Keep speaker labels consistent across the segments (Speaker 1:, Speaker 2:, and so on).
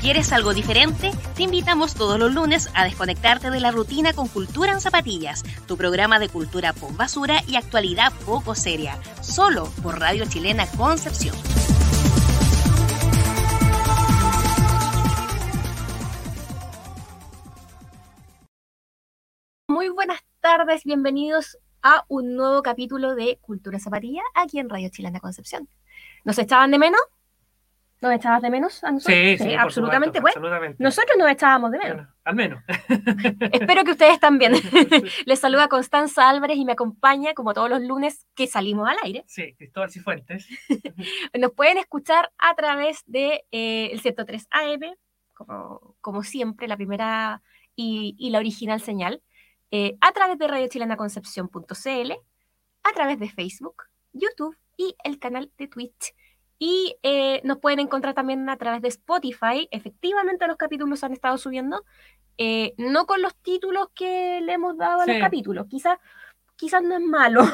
Speaker 1: ¿Quieres algo diferente? Te invitamos todos los lunes a desconectarte de la rutina con Cultura en Zapatillas, tu programa de cultura pop basura y actualidad poco seria, solo por Radio Chilena Concepción.
Speaker 2: Muy buenas tardes, bienvenidos a un nuevo capítulo de Cultura en Zapatilla aquí en Radio Chilena Concepción. ¿Nos echaban de menos? ¿Nos echabas de menos a nosotros?
Speaker 3: Sí, sí, por
Speaker 2: absolutamente.
Speaker 3: supuesto,
Speaker 2: pues,
Speaker 3: absolutamente.
Speaker 2: nosotros nos echábamos de menos.
Speaker 3: Bueno, al menos.
Speaker 2: Espero que ustedes también. Les saluda Constanza Álvarez y me acompaña como todos los lunes que salimos al aire.
Speaker 3: Sí, Cristóbal Cifuentes.
Speaker 2: Nos pueden escuchar a través de eh, el 103 AM, como, como siempre, la primera y, y la original señal, eh, a través de radiochilenaconcepción.cl, a través de Facebook, YouTube y el canal de Twitch. Y eh, nos pueden encontrar también a través de Spotify. Efectivamente, los capítulos han estado subiendo, eh, no con los títulos que le hemos dado a los
Speaker 3: Sí.
Speaker 2: capítulos. Quizás quizás no es malo.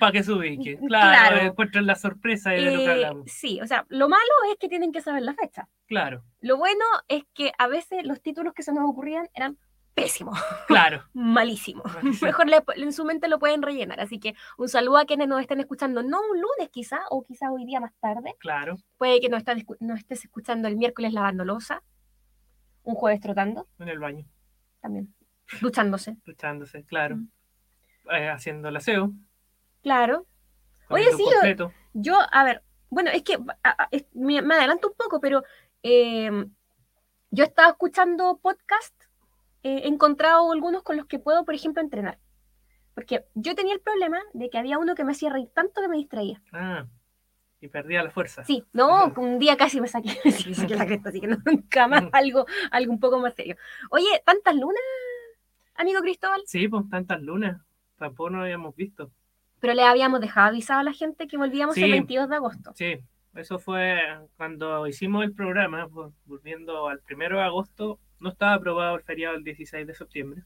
Speaker 3: para que se ubique. Claro, eh,
Speaker 2: Claro.
Speaker 3: encuentran la sorpresa de lo que
Speaker 2: Eh,
Speaker 3: hablamos.
Speaker 2: sí, o sea, lo malo es que tienen que saber la fecha.
Speaker 3: Claro,
Speaker 2: Lo bueno es que a veces los títulos que se nos ocurrían eran pésimos,
Speaker 3: claro.
Speaker 2: malísimos.
Speaker 3: Malísimo.
Speaker 2: Mejor le- en su mente lo pueden rellenar. Así que un saludo a quienes nos estén escuchando, no un lunes quizá, o quizá hoy día más tarde.
Speaker 3: Claro,
Speaker 2: Puede que nos, estás escu- nos estés escuchando el miércoles lavando losa, un jueves trotando
Speaker 3: en el baño,
Speaker 2: también, duchándose.
Speaker 3: duchándose, claro.
Speaker 2: Mm.
Speaker 3: Eh, haciendo el aseo.
Speaker 2: Claro.
Speaker 3: con el
Speaker 2: Oye,
Speaker 3: look
Speaker 2: sí, o-
Speaker 3: completo.
Speaker 2: Yo, a ver, bueno, es que a- a- es- me, me adelanto un poco, pero eh, yo estaba escuchando podcast, eh, he encontrado algunos con los que puedo, por ejemplo, entrenar. Porque yo tenía el problema de que había uno que me hacía reír tanto que me distraía.
Speaker 3: Ah, y perdía la fuerza.
Speaker 2: Sí, no, un día casi me saqué, me saqué la cresta, así que nunca más algo, algo un poco más serio. Oye, ¿tantas lunas, amigo Cristóbal?
Speaker 3: Sí, pues tantas lunas. Tampoco no habíamos visto.
Speaker 2: Pero le habíamos dejado avisado a la gente que volvíamos el
Speaker 3: Sí.
Speaker 2: 22 de agosto.
Speaker 3: Sí, eso fue cuando hicimos el programa, vol- volviendo al primero de agosto. No estaba aprobado el feriado el 16 de septiembre.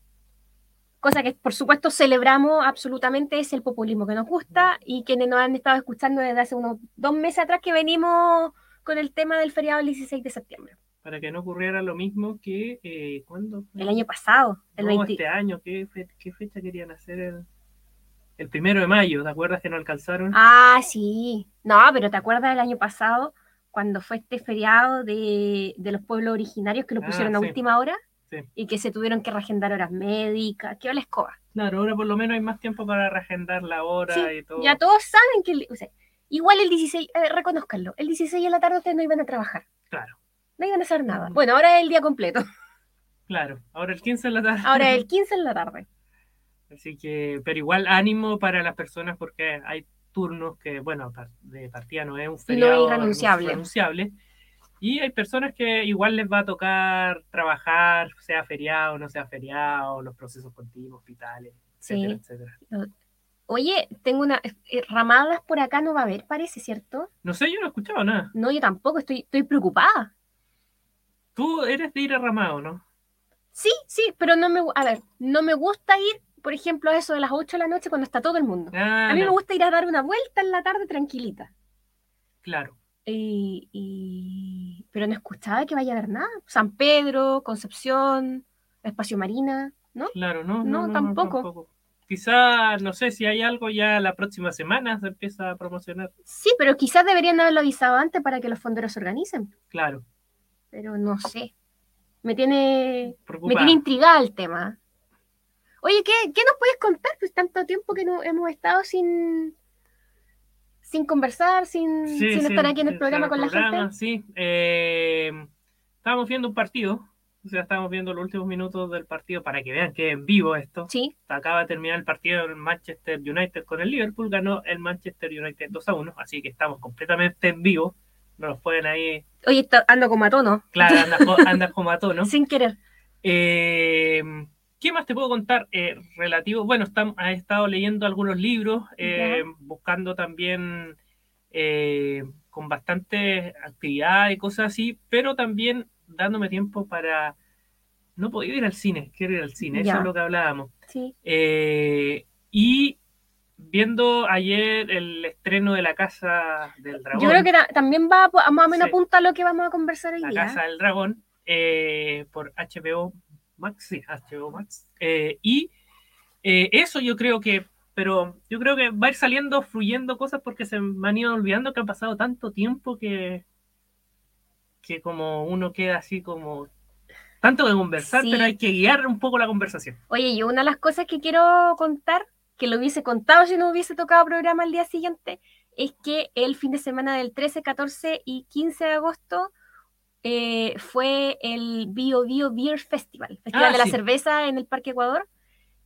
Speaker 2: cosa que por supuesto celebramos absolutamente es el populismo que nos gusta y quienes nos han estado escuchando desde hace unos dos meses atrás que venimos con el tema del feriado del 16 de septiembre,
Speaker 3: Para que no ocurriera lo mismo que eh, cuando
Speaker 2: el año pasado, el
Speaker 3: No,
Speaker 2: 20
Speaker 3: este año, ¿qué, fe- qué fecha querían hacer el, el primero de mayo? ¿Te acuerdas que no alcanzaron?
Speaker 2: Ah, sí. No, pero ¿te acuerdas del año pasado cuando fue este feriado de, de los pueblos originarios que lo
Speaker 3: Ah,
Speaker 2: pusieron a
Speaker 3: sí.
Speaker 2: última hora?
Speaker 3: Sí.
Speaker 2: Y que se tuvieron que reagendar horas médicas, que la escoba.
Speaker 3: Claro, ahora por lo menos hay más tiempo para reagendar la hora
Speaker 2: Sí,
Speaker 3: y todo.
Speaker 2: Ya todos saben que, el- o sea, igual el 16, a ver, reconozcanlo, el 16 de la tarde ustedes no iban a trabajar.
Speaker 3: Claro.
Speaker 2: No iban a hacer nada.
Speaker 3: Mm.
Speaker 2: Bueno, ahora es el día completo.
Speaker 3: Claro, ahora el 15 de la tarde.
Speaker 2: Ahora es el 15 de la tarde.
Speaker 3: Así que, pero igual ánimo para las personas porque hay turnos que, bueno, par- de partida no es un feriado
Speaker 2: irrenunciable.
Speaker 3: irrenunciable. Y hay personas que igual les va a tocar trabajar, sea feriado, no sea feriado, los procesos continuos, hospitales,
Speaker 2: Sí.
Speaker 3: etcétera, etcétera.
Speaker 2: Oye, tengo una. eh, ramadas por acá no va a haber, parece, ¿cierto?
Speaker 3: No sé, yo no he escuchado nada.
Speaker 2: No, yo tampoco, estoy, estoy preocupada.
Speaker 3: Tú eres de ir a Ramado, ¿no?
Speaker 2: Sí, sí, pero no me. gu- A ver, no me gusta ir, por ejemplo, a eso de las 8 de la noche cuando está todo el mundo.
Speaker 3: Ah,
Speaker 2: A mí me
Speaker 3: no,
Speaker 2: gusta ir a dar una vuelta en la tarde tranquilita.
Speaker 3: Claro.
Speaker 2: Y, y- Pero no escuchaba que vaya a haber nada. San Pedro, Concepción, Espacio Marina, ¿no?
Speaker 3: Claro, no,
Speaker 2: No,
Speaker 3: no,
Speaker 2: tampoco.
Speaker 3: Quizá, no sé si hay algo ya la próxima semana se empieza a promocionar.
Speaker 2: Sí, pero quizás deberían haberlo avisado antes para que los fonderos se organicen.
Speaker 3: Claro,
Speaker 2: Pero no sé. Me tiene Me
Speaker 3: preocupa.
Speaker 2: tiene intrigada el tema. Oye, ¿qué, qué nos puedes contar? Pues tanto tiempo que no hemos estado sin, sin conversar, sin,
Speaker 3: Sí,
Speaker 2: sin
Speaker 3: sí,
Speaker 2: estar aquí en
Speaker 3: sí,
Speaker 2: el programa
Speaker 3: el
Speaker 2: con la
Speaker 3: programa,
Speaker 2: gente.
Speaker 3: Sí, eh, estábamos viendo un partido, o sea, estábamos viendo los últimos minutos del partido para que vean que en vivo esto.
Speaker 2: Sí,
Speaker 3: Acaba de terminar el partido del Manchester United con el Liverpool, ganó el Manchester United 2 a 1, así que estamos completamente en vivo. Nos pueden ahí,
Speaker 2: oye, esto- ando como a tono,
Speaker 3: claro, andas co- andas como a tono.
Speaker 2: sin querer.
Speaker 3: Eh, ¿Qué más te puedo contar? Eh, relativo, bueno, estam- he estado leyendo algunos libros, eh, buscando también eh, con bastantes actividades y cosas así, pero también dándome tiempo para... No podía ir al cine, quiero ir al cine,
Speaker 2: Ya.
Speaker 3: eso es lo que hablábamos.
Speaker 2: Sí.
Speaker 3: Eh, y viendo ayer el estreno de La Casa del Dragón.
Speaker 2: Yo creo que ta- también va a- más o menos
Speaker 3: Sí.
Speaker 2: apunta a lo que vamos a conversar hoy
Speaker 3: La
Speaker 2: día.
Speaker 3: Casa del Dragón eh, por HBO Max, sí, HBO Max. Eh, y eh, eso yo creo que, pero yo creo que va a ir saliendo, fluyendo cosas porque se me han ido olvidando que ha pasado tanto tiempo que, que como uno queda así como tanto de conversar,
Speaker 2: Sí.
Speaker 3: pero hay que guiar un poco la conversación.
Speaker 2: Oye, y una de las cosas que quiero contar, que lo hubiese contado si no hubiese tocado programa el día siguiente, es que el fin de semana del 13, 14 y 15 de agosto eh, fue el Bio Bio Beer Festival, Festival
Speaker 3: Ah,
Speaker 2: de la
Speaker 3: sí.
Speaker 2: Cerveza en el Parque Ecuador.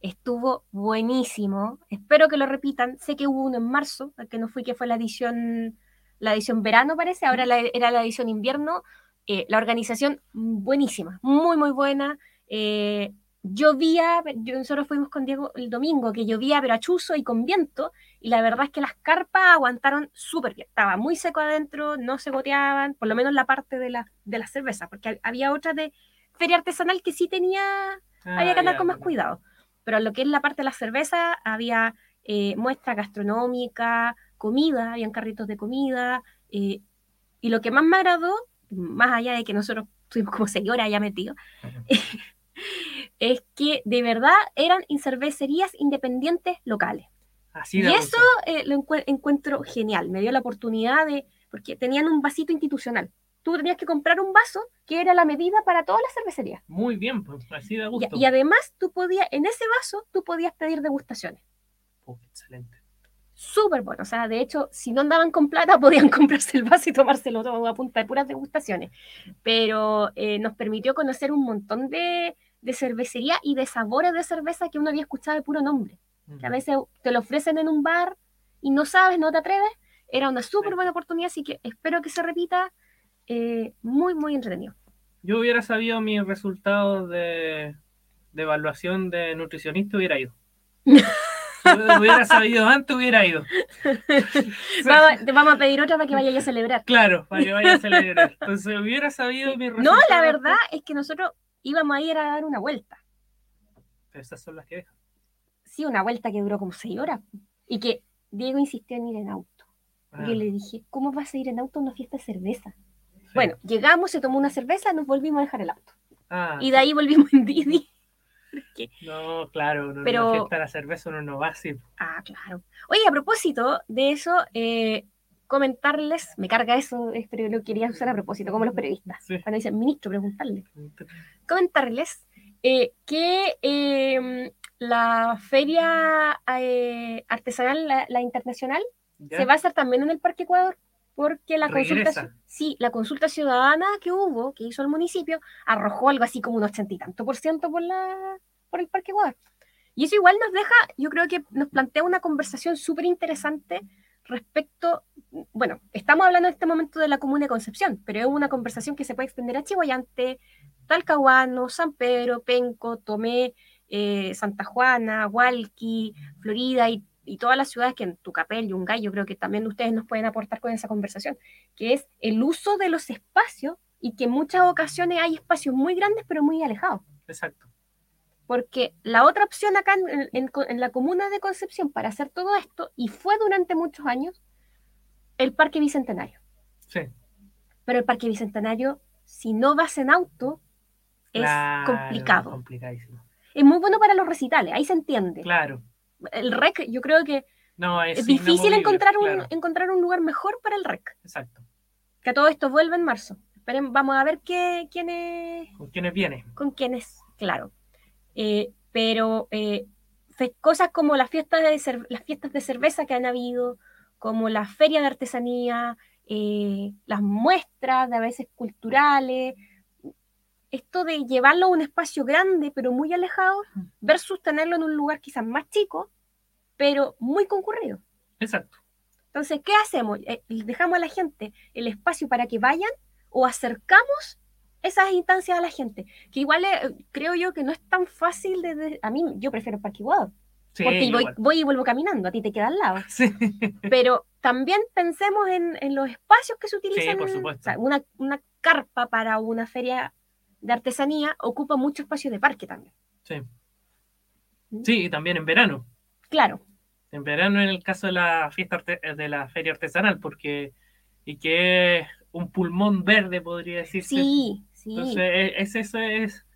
Speaker 2: Estuvo buenísimo. Espero que lo repitan. Sé que hubo uno en marzo, al que no fui, que fue la edición, la edición verano, parece. Ahora la- era la edición invierno. Eh, la organización buenísima, muy, muy buena. Eh, llovía, yo- nosotros fuimos con Diego el domingo, que llovía pero a chuzo y con viento, y la verdad es que las carpas aguantaron súper bien. Estaba muy seco adentro, no se goteaban, por lo menos la parte de, la, de las cervezas, porque ha- había otra de feria artesanal que sí tenía
Speaker 3: Ah,
Speaker 2: había que andar con más cuidado. Pero lo que es la parte de la cerveza, había eh, muestra gastronómica, comida, habían carritos de comida. eh, y lo que más me agradó, más allá de que nosotros estuvimos como seis horas allá metidos, es que de verdad eran en cervecerías independientes locales.
Speaker 3: Así
Speaker 2: Y
Speaker 3: da
Speaker 2: eso eh, lo encue- encuentro genial. Me dio la oportunidad de, porque tenían un vasito institucional. Tú tenías que comprar un vaso que era la medida para todas las cervecerías.
Speaker 3: Muy bien, pues, así da
Speaker 2: Y,
Speaker 3: gusto.
Speaker 2: y además tú podías, en ese vaso, tú podías pedir degustaciones.
Speaker 3: Oh, excelente.
Speaker 2: Súper bueno. O sea, de hecho, si no andaban con plata, podían comprarse el vaso y tomárselo todo a punta de puras degustaciones. Pero eh, nos permitió conocer un montón de, de cervecería y de sabores de cerveza que uno había escuchado de puro nombre. Que a
Speaker 3: Mm.
Speaker 2: veces te lo ofrecen en un bar y no sabes, no te atreves. Era una súper buena oportunidad, así que espero que se repita. Eh, muy, muy entretenido.
Speaker 3: Yo hubiera sabido mis resultados de, de evaluación de nutricionista, hubiera ido. Si hubiera sabido antes, hubiera ido.
Speaker 2: Vamos, te vamos a pedir otra para que vayas a celebrar.
Speaker 3: Claro, para que vaya a celebrar. Entonces, hubiera sabido mis
Speaker 2: No,
Speaker 3: resultados.
Speaker 2: la verdad es que nosotros íbamos a ir a dar una vuelta.
Speaker 3: Pero esas son las que dejan.
Speaker 2: Sí, una vuelta que duró como seis horas. Y que Diego insistió en ir en auto.
Speaker 3: Ah,
Speaker 2: Y yo le dije, ¿cómo vas a ir en auto a una fiesta de cerveza?
Speaker 3: sí.
Speaker 2: Bueno, llegamos, se tomó una cerveza, nos volvimos a dejar el auto.
Speaker 3: Ah,
Speaker 2: Y de ahí volvimos en Didi.
Speaker 3: No, claro, no,
Speaker 2: Pero-
Speaker 3: la fiesta de la cerveza uno no va así.
Speaker 2: Ah, claro. Oye, a propósito de eso, eh, comentarles, me carga eso, eh, pero lo quería usar a propósito, como los periodistas.
Speaker 3: Sí.
Speaker 2: Cuando dicen ministro, preguntarle. comentarles eh, que eh, la feria eh, artesanal, la, la internacional,
Speaker 3: ¿Ya?
Speaker 2: se va a hacer también en el Parque Ecuador, porque la consulta,
Speaker 3: Regresa.
Speaker 2: ci- sí, la consulta ciudadana que hubo, que hizo el municipio, arrojó algo así como un ochenta y tanto por ciento por, la, por el Parque Ecuador. Y eso igual nos deja, yo creo que nos plantea una conversación súper interesante respecto, bueno, estamos hablando en este momento de la Comuna de Concepción, pero es una conversación que se puede extender a Chihuayante, Talcahuano, San Pedro, Penco, Tomé, eh, Santa Juana, Hualqui, Florida y, y todas las ciudades que en Tucapel, Yungay, yo creo que también ustedes nos pueden aportar con esa conversación, que es el uso de los espacios y que en muchas ocasiones hay espacios muy grandes pero muy alejados.
Speaker 3: Exacto.
Speaker 2: Porque la otra opción acá en, en- en la comuna de Concepción para hacer todo esto, y fue durante muchos años, el Parque Bicentenario.
Speaker 3: Sí.
Speaker 2: Pero el Parque Bicentenario, si no vas en auto, es
Speaker 3: Claro,
Speaker 2: complicado.
Speaker 3: Complicadísimo.
Speaker 2: Es muy bueno para los recitales, ahí se entiende.
Speaker 3: Claro.
Speaker 2: El rec, yo creo que
Speaker 3: No, es,
Speaker 2: es, difícil
Speaker 3: inamovible,
Speaker 2: encontrar un,
Speaker 3: claro,
Speaker 2: encontrar un lugar mejor para el rec.
Speaker 3: Exacto.
Speaker 2: Que a todo esto vuelve en marzo. Esperen, vamos a ver qué, quién es
Speaker 3: ¿Con quiénes viene?
Speaker 2: con quienes, claro. Eh, pero eh, fe- cosas como las fiestas, de cer- las fiestas de cerveza que han habido, como la feria de artesanía, eh, las muestras de a veces culturales, esto de llevarlo a un espacio grande pero muy alejado, versus tenerlo en un lugar quizás más chico, pero muy concurrido.
Speaker 3: Exacto.
Speaker 2: Entonces, ¿qué hacemos? Eh, ¿Dejamos a la gente el espacio para que vayan o acercamos esas instancias a la gente? Que igual eh, creo yo que no es tan fácil de... de- a mí, yo prefiero el Parque Guado,
Speaker 3: Sí,
Speaker 2: porque
Speaker 3: yo
Speaker 2: voy,
Speaker 3: igual.
Speaker 2: voy y vuelvo caminando, a ti te queda al lado.
Speaker 3: Sí.
Speaker 2: Pero también pensemos en, en los espacios que se utilizan.
Speaker 3: por
Speaker 2: en-
Speaker 3: supuesto.
Speaker 2: o sea, una, una carpa para una feria de artesanía ocupa mucho espacio de parque también.
Speaker 3: Sí, Sí, y también en verano.
Speaker 2: Claro.
Speaker 3: En verano en el caso de la fiesta arte- eh, de la feria artesanal, porque y que es un pulmón verde, podría decirse.
Speaker 2: Sí, sí.
Speaker 3: Entonces, e- es, eso es,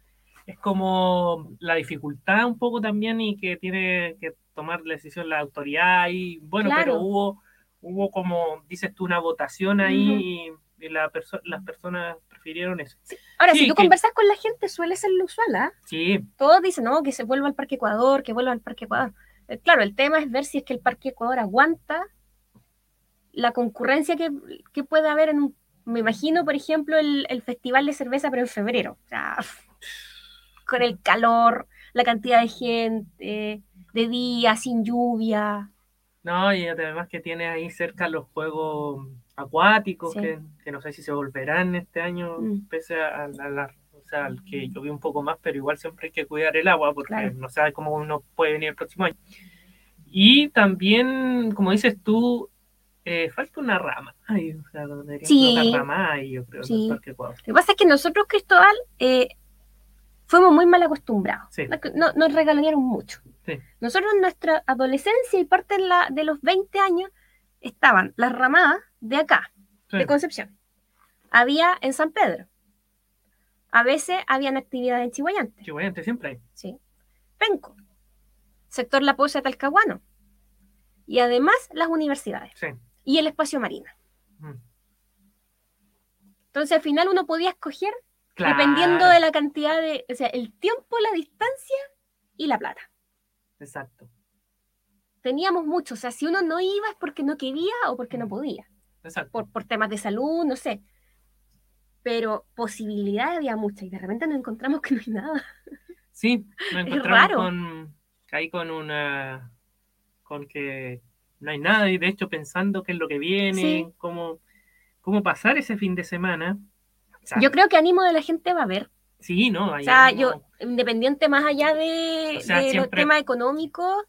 Speaker 3: es como la dificultad un poco también y que tiene que tomar la decisión la autoridad y bueno,
Speaker 2: Claro.
Speaker 3: pero hubo, hubo como dices tú, una votación ahí y, y la perso- las personas prefirieron eso.
Speaker 2: Ahora,
Speaker 3: sí,
Speaker 2: si tú
Speaker 3: que-
Speaker 2: conversas con la gente, suele ser lo usual, ¿ah?
Speaker 3: Sí,
Speaker 2: Todos dicen, no, que se vuelva al Parque Ecuador, que vuelva al Parque Ecuador. Eh, Claro, el tema es ver si es que el Parque Ecuador aguanta la concurrencia que, que puede haber en un- me imagino, por ejemplo, el, el Festival de Cerveza, pero en febrero. O sea, con el calor, la cantidad de gente, de día, sin lluvia.
Speaker 3: no, y además que tiene ahí cerca los juegos acuáticos,
Speaker 2: Sí.
Speaker 3: que, que no sé si se volverán este año,
Speaker 2: Mm.
Speaker 3: pese a, a la... O sea, al que llovió un poco más, pero igual siempre hay que cuidar el agua porque
Speaker 2: Claro.
Speaker 3: no sabe cómo uno puede venir el próximo año. Y también, como dices tú, eh, falta una rama. Ay, o sea, deberían
Speaker 2: Sí.
Speaker 3: colocar rama ahí, yo creo, en el
Speaker 2: Sí.
Speaker 3: Parque Ecuador.
Speaker 2: Lo que pasa es que nosotros, Cristóbal, eh, fuimos muy mal acostumbrados.
Speaker 3: Sí.
Speaker 2: No- nos regalonearon mucho.
Speaker 3: Sí.
Speaker 2: Nosotros en nuestra adolescencia y parte de, la- de los 20 años estaban las ramadas de acá,
Speaker 3: Sí.
Speaker 2: de Concepción. Había en San Pedro. A veces habían actividades en Chihuayante.
Speaker 3: Chihuayante, siempre hay.
Speaker 2: ¿sí? Penco. Sector La Poza de Talcahuano. Y además las universidades
Speaker 3: Sí.
Speaker 2: y el espacio marina.
Speaker 3: Mm.
Speaker 2: Entonces al final uno podía escoger
Speaker 3: Claro.
Speaker 2: dependiendo de la cantidad de, o sea, el tiempo, la distancia y la plata.
Speaker 3: Exacto.
Speaker 2: Teníamos mucho, o sea, si uno no iba es porque no quería o porque
Speaker 3: Mm.
Speaker 2: no podía,
Speaker 3: Exacto.
Speaker 2: por, por temas de salud, no sé. Pero posibilidades había muchas y de repente nos encontramos que no hay nada.
Speaker 3: Sí, nos encontramos
Speaker 2: raro.
Speaker 3: con ahí con una con que no hay nada y de hecho pensando qué es lo que viene,
Speaker 2: Sí.
Speaker 3: cómo, cómo pasar ese fin de semana. O sea,
Speaker 2: Yo creo que ánimo de la gente va a haber.
Speaker 3: sí, no,
Speaker 2: O
Speaker 3: hay
Speaker 2: sea,
Speaker 3: algo-
Speaker 2: yo, independiente más allá de,
Speaker 3: O sea,
Speaker 2: de los
Speaker 3: siempre-
Speaker 2: temas económicos,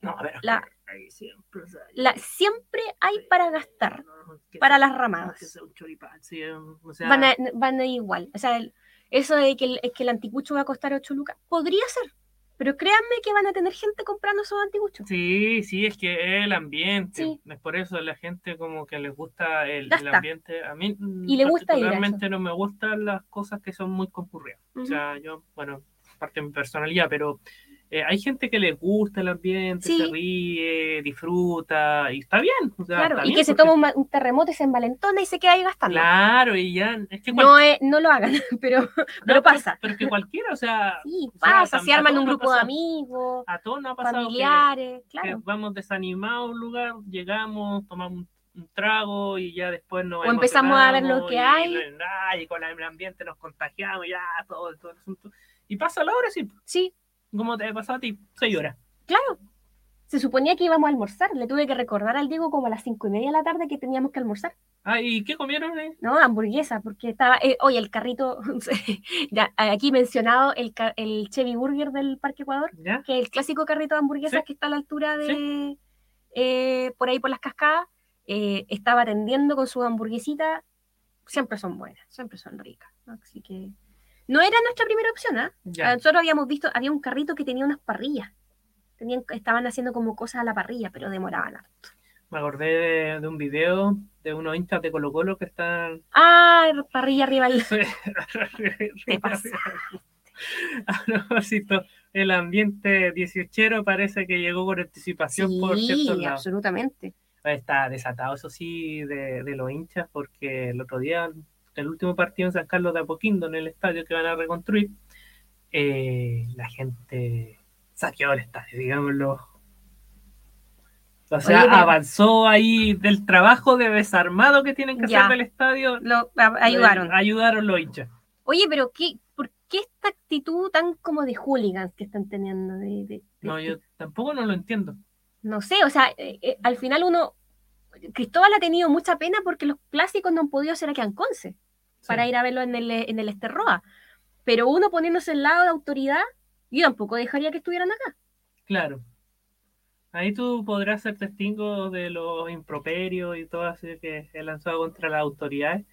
Speaker 3: no, a ver,
Speaker 2: la-
Speaker 3: ahí siempre, o sea, eh,
Speaker 2: la- siempre hay para gastar,
Speaker 3: no, que
Speaker 2: para
Speaker 3: sea-
Speaker 2: las ramadas.
Speaker 3: que sea un choripán, sí, o sea,
Speaker 2: van a, van a ir igual. O sea, el- eso de que el, es que el anticucho va a costar 8 lucas, podría ser. Pero créanme que van a tener gente comprando esos anticuchos.
Speaker 3: Sí, sí, es que el ambiente,
Speaker 2: Sí.
Speaker 3: es por eso la gente como que les gusta el, el
Speaker 2: Gasta.
Speaker 3: ambiente. A mí mm,
Speaker 2: Y le gusta ir a eso.
Speaker 3: particularmente no me gustan las cosas que son muy concurridas. O sea, yo, bueno, parte de mi personalidad, pero eh, hay gente que les gusta el ambiente, se
Speaker 2: Sí.
Speaker 3: ríe, disfruta, y está bien. o sea,
Speaker 2: claro,
Speaker 3: está
Speaker 2: y
Speaker 3: bien
Speaker 2: que se
Speaker 3: porque-
Speaker 2: toma un, ma- un terremoto y se envalentona y se queda ahí gastando.
Speaker 3: Claro, y ya, es que cual- pues,
Speaker 2: No, es- no lo hagan, pero, pero pasa.
Speaker 3: pero es que cualquiera, o sea,
Speaker 2: Sí,
Speaker 3: O sea,
Speaker 2: pasa.
Speaker 3: tam-
Speaker 2: se
Speaker 3: a
Speaker 2: arman
Speaker 3: todos
Speaker 2: un
Speaker 3: nos
Speaker 2: grupo de
Speaker 3: pasa.
Speaker 2: amigos,
Speaker 3: a todos nos ha pasado que,
Speaker 2: familiares,
Speaker 3: que
Speaker 2: claro.
Speaker 3: vamos desanimados a un lugar, llegamos, tomamos un, un trago y ya después nos
Speaker 2: O empezamos a ver lo
Speaker 3: emocionamos
Speaker 2: que
Speaker 3: y-
Speaker 2: hay.
Speaker 3: y- ay, con el ambiente nos contagiamos, ya, todo, todo el asunto. Y pasa la hora, sí,
Speaker 2: Sí,
Speaker 3: como te ha pasado a ti, seis horas.
Speaker 2: claro. Se suponía que íbamos a almorzar. Le tuve que recordar al Diego como a las cinco y media de la tarde que teníamos que almorzar.
Speaker 3: Ah, ¿y qué comieron? eh?
Speaker 2: No, hamburguesa, porque estaba. eh, oye, el carrito. ya, aquí mencionado el, ca- el Chevy Burger del Parque Ecuador,
Speaker 3: ¿Ya?
Speaker 2: que es el clásico carrito de hamburguesas
Speaker 3: Sí.
Speaker 2: que está a la altura de. eh, por ahí por las cascadas. eh, estaba atendiendo con su hamburguesita. Siempre son buenas, siempre son ricas. ¿no? Así que. No era nuestra primera opción, ¿ah?
Speaker 3: Ya.
Speaker 2: Nosotros habíamos visto, había un carrito que tenía unas parrillas. Tenían, estaban haciendo como cosas a la parrilla, pero demoraban. harto.
Speaker 3: Me acordé de, de un video de unos hinchas de Colo Colo que están...
Speaker 2: Ah, parrilla arriba ahí.
Speaker 3: ¿Qué
Speaker 2: pasaste.
Speaker 3: A propósito, el ambiente dieciochero parece que llegó con anticipación por ciertos
Speaker 2: Sí,
Speaker 3: lados.
Speaker 2: absolutamente.
Speaker 3: Está desatado, eso sí, de, de los hinchas, porque el otro día, el último partido en San Carlos de Apoquindo, en el estadio que van a reconstruir, eh, la gente saqueó el estadio, digámoslo. O sea,
Speaker 2: Oye, pero-
Speaker 3: avanzó ahí del trabajo de desarmado que tienen que
Speaker 2: Ya.
Speaker 3: hacer del estadio.
Speaker 2: Lo a- ayudaron.
Speaker 3: eh, ayudaron los hinchas.
Speaker 2: Oye, pero ¿qué, ¿por qué esta actitud tan como de hooligans que están teniendo? De, de-
Speaker 3: No,
Speaker 2: de-
Speaker 3: yo tampoco no lo entiendo.
Speaker 2: no sé, o sea, eh, eh, al final uno, Cristóbal ha tenido mucha pena porque los clásicos no han podido ser aquí a Anconce para ir a verlo en el, eh, en el Esterroa. Pero uno poniéndose al lado de autoridad, yo tampoco dejaría que estuvieran acá.
Speaker 3: Claro. Ahí tú podrás ser testigo de los improperios y todo así que he lanzado contra las autoridades.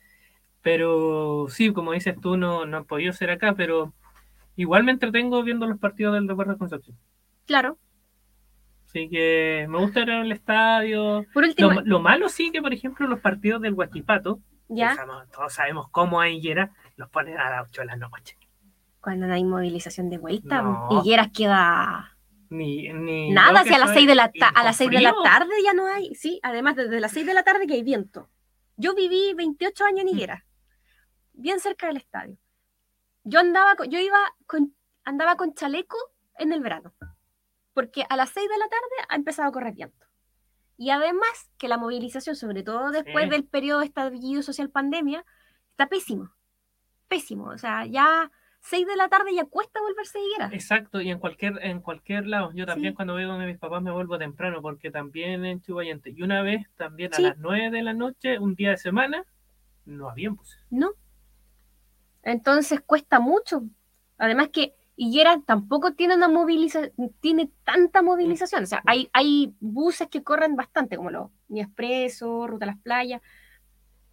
Speaker 3: Pero sí, como dices tú, no, no han podido ser acá, pero igual me entretengo viendo los partidos del Deportes Concepción.
Speaker 2: Claro,
Speaker 3: O Así que me gusta ir al estadio.
Speaker 2: Por
Speaker 3: Lo,
Speaker 2: último,
Speaker 3: lo malo sí que, por ejemplo, los partidos del Guachipato,
Speaker 2: ya,
Speaker 3: sabemos- todos sabemos cómo es Higuera, los ponen a las 8 de la noche.
Speaker 2: cuando no hay movilización de vuelta,
Speaker 3: No.
Speaker 2: Higueras queda
Speaker 3: Ni, ni
Speaker 2: Nada,
Speaker 3: yo
Speaker 2: si a
Speaker 3: que
Speaker 2: las
Speaker 3: soy-
Speaker 2: 6 de la,
Speaker 3: y
Speaker 2: ta- a
Speaker 3: con
Speaker 2: las seis de la
Speaker 3: frío,
Speaker 2: tarde ya no hay, sí, además desde las 6 de la tarde que hay viento. Yo viví 28 años
Speaker 3: Mm.
Speaker 2: en Higuera, bien cerca del estadio. Yo andaba con, yo iba con, andaba con chaleco en el verano, porque a las 6 de la tarde ha empezado a correr viento. Y además que la movilización, sobre todo después
Speaker 3: Sí.
Speaker 2: del periodo de estallido social pandemia, está pésimo, pésimo. O sea, ya 6 de la tarde ya cuesta volverse a Higuera.
Speaker 3: Exacto, y en cualquier, en cualquier lado. Yo también
Speaker 2: Sí.
Speaker 3: cuando voy donde mis papás me vuelvo temprano, porque también en Chihuayante. Y una vez también a
Speaker 2: Sí.
Speaker 3: las 9 de la noche, un día de semana, no había buses.
Speaker 2: No. Entonces cuesta mucho. Además que Higuera tampoco tiene una moviliza tiene tanta movilización. O sea, hay, hay buses que corren bastante, como los Mi Expreso, Ruta a las Playas,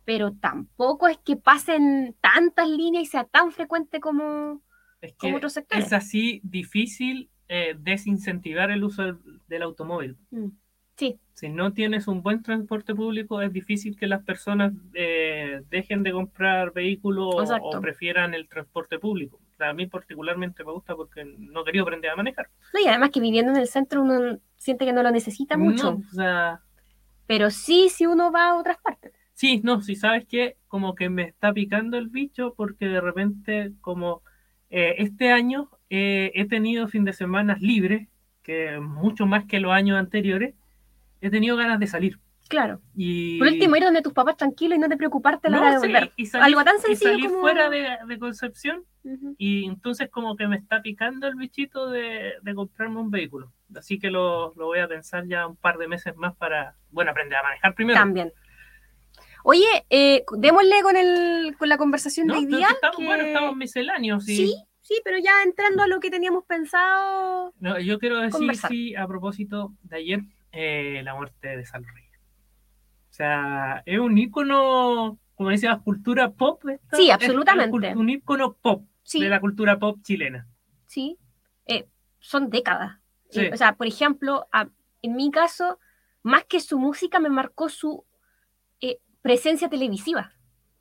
Speaker 2: pero tampoco es que pasen tantas líneas y sea tan frecuente como,
Speaker 3: Es
Speaker 2: como
Speaker 3: que
Speaker 2: otros sectores.
Speaker 3: es así difícil eh, desincentivar el uso del, del automóvil.
Speaker 2: Mm. Sí.
Speaker 3: Si no tienes un buen transporte público, es difícil que las personas eh, dejen de comprar vehículos o-
Speaker 2: Exacto.
Speaker 3: o prefieran el transporte público. A mí particularmente me gusta porque no quería aprender a manejar.
Speaker 2: No, y además que viviendo en el centro uno siente que no lo necesita mucho,
Speaker 3: No, o sea,
Speaker 2: pero sí si uno va a otras partes.
Speaker 3: Sí, no, si sabes que como que me está picando el bicho porque de repente como eh, este año eh, he tenido fin de semana libres, que mucho más que los años anteriores, he tenido ganas de salir.
Speaker 2: Claro.
Speaker 3: Y
Speaker 2: Por último, ir donde tus papás tranquilos y no te preocuparte a la hora de
Speaker 3: No, sí,
Speaker 2: volver.
Speaker 3: y salir,
Speaker 2: Algo tan
Speaker 3: y
Speaker 2: sencillo
Speaker 3: salir
Speaker 2: como-
Speaker 3: fuera de, de Concepción
Speaker 2: Ujú.
Speaker 3: y entonces como que me está picando el bichito de, de comprarme un vehículo. Así que lo, lo voy a pensar ya un par de meses más para, bueno, aprender a manejar primero.
Speaker 2: También. Oye, eh, démosle con, el, con la conversación
Speaker 3: ¿no?
Speaker 2: de hoy
Speaker 3: Entonces
Speaker 2: día.
Speaker 3: estamos,
Speaker 2: que-
Speaker 3: bueno, estamos misceláneos. y-
Speaker 2: sí. sí, pero ya entrando a lo que teníamos pensado.
Speaker 3: No, yo quiero decir,
Speaker 2: Conversar.
Speaker 3: sí, a propósito de ayer, eh, la muerte de Sal Rey. O sea, es un ícono, como dice la cultura pop. esta-
Speaker 2: Sí,
Speaker 3: esta
Speaker 2: absolutamente.
Speaker 3: cult- un ícono pop
Speaker 2: Sí,
Speaker 3: de la cultura pop chilena.
Speaker 2: sí. Eh, son décadas.
Speaker 3: Sí.
Speaker 2: Eh, o sea, por ejemplo, a- en mi caso, más que su música, me marcó su eh, presencia televisiva.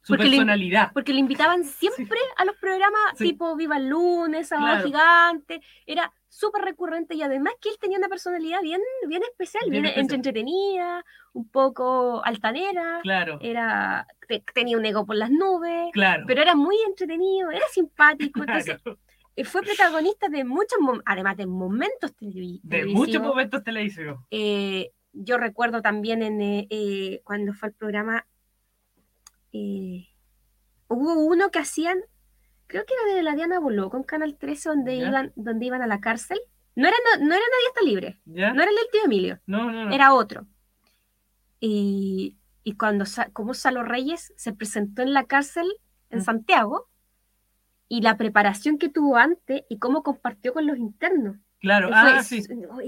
Speaker 3: Su
Speaker 2: Porque le-
Speaker 3: personalidad.
Speaker 2: Porque le invitaban siempre a los programas
Speaker 3: Sí.
Speaker 2: tipo Viva el Lunes, Sábado
Speaker 3: Claro.
Speaker 2: Gigante. Era súper recurrente y además que él tenía una personalidad bien, bien especial, bien,
Speaker 3: Bien especial.
Speaker 2: entretenida, un poco altanera.
Speaker 3: Claro,
Speaker 2: Era, te- tenía un ego por las nubes,
Speaker 3: claro.
Speaker 2: pero era muy entretenido, era simpático.
Speaker 3: claro.
Speaker 2: Entonces, eh, fue protagonista de muchos, mom- además de momentos televi-
Speaker 3: De
Speaker 2: televisivos.
Speaker 3: muchos momentos televisivos.
Speaker 2: Eh, yo recuerdo también en, eh, eh, cuando fue el programa, eh, hubo uno que hacían, creo que era de la Diana Boló con Canal 13, donde,
Speaker 3: Ya.
Speaker 2: iban, donde iban a la cárcel. No era, no, no era Nadie está libre,
Speaker 3: ¿Ya?
Speaker 2: no era el del tío Emilio,
Speaker 3: No, no, no.
Speaker 2: era otro. Y, y cuando, sa- como Salo Reyes se presentó en la cárcel en
Speaker 3: Mm.
Speaker 2: Santiago, y la preparación que tuvo antes y cómo compartió con los internos.
Speaker 3: Claro,
Speaker 2: Fue-
Speaker 3: ah, sí.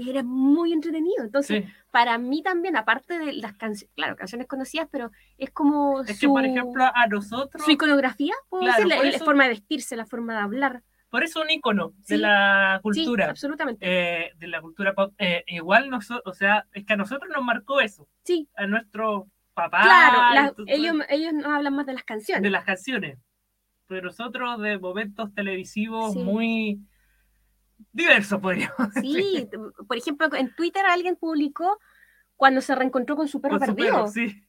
Speaker 2: Era muy entretenido. Entonces,
Speaker 3: sí.
Speaker 2: para mí también, aparte de las canciones, claro, canciones conocidas, pero es como
Speaker 3: Es que,
Speaker 2: su,
Speaker 3: por ejemplo, a nosotros,
Speaker 2: su iconografía, puedo
Speaker 3: Claro,
Speaker 2: decir, la,
Speaker 3: por
Speaker 2: la
Speaker 3: eso-
Speaker 2: forma de vestirse, la forma de hablar.
Speaker 3: por eso un ícono
Speaker 2: Sí.
Speaker 3: de la
Speaker 2: Sí,
Speaker 3: cultura.
Speaker 2: absolutamente.
Speaker 3: eh, de la cultura pop, eh, igual nosotros, o sea, es que a nosotros nos marcó eso,
Speaker 2: sí,
Speaker 3: a nuestro papá,
Speaker 2: claro, la-
Speaker 3: y tu- tu-
Speaker 2: ellos, ellos no hablan más de las canciones.
Speaker 3: ah, de las canciones, pero nosotros de momentos televisivos
Speaker 2: Sí.
Speaker 3: muy diversos, podríamos
Speaker 2: Sí, t- por ejemplo, en Twitter alguien publicó cuando se reencontró con su perro
Speaker 3: con su
Speaker 2: perdido,
Speaker 3: perro, sí,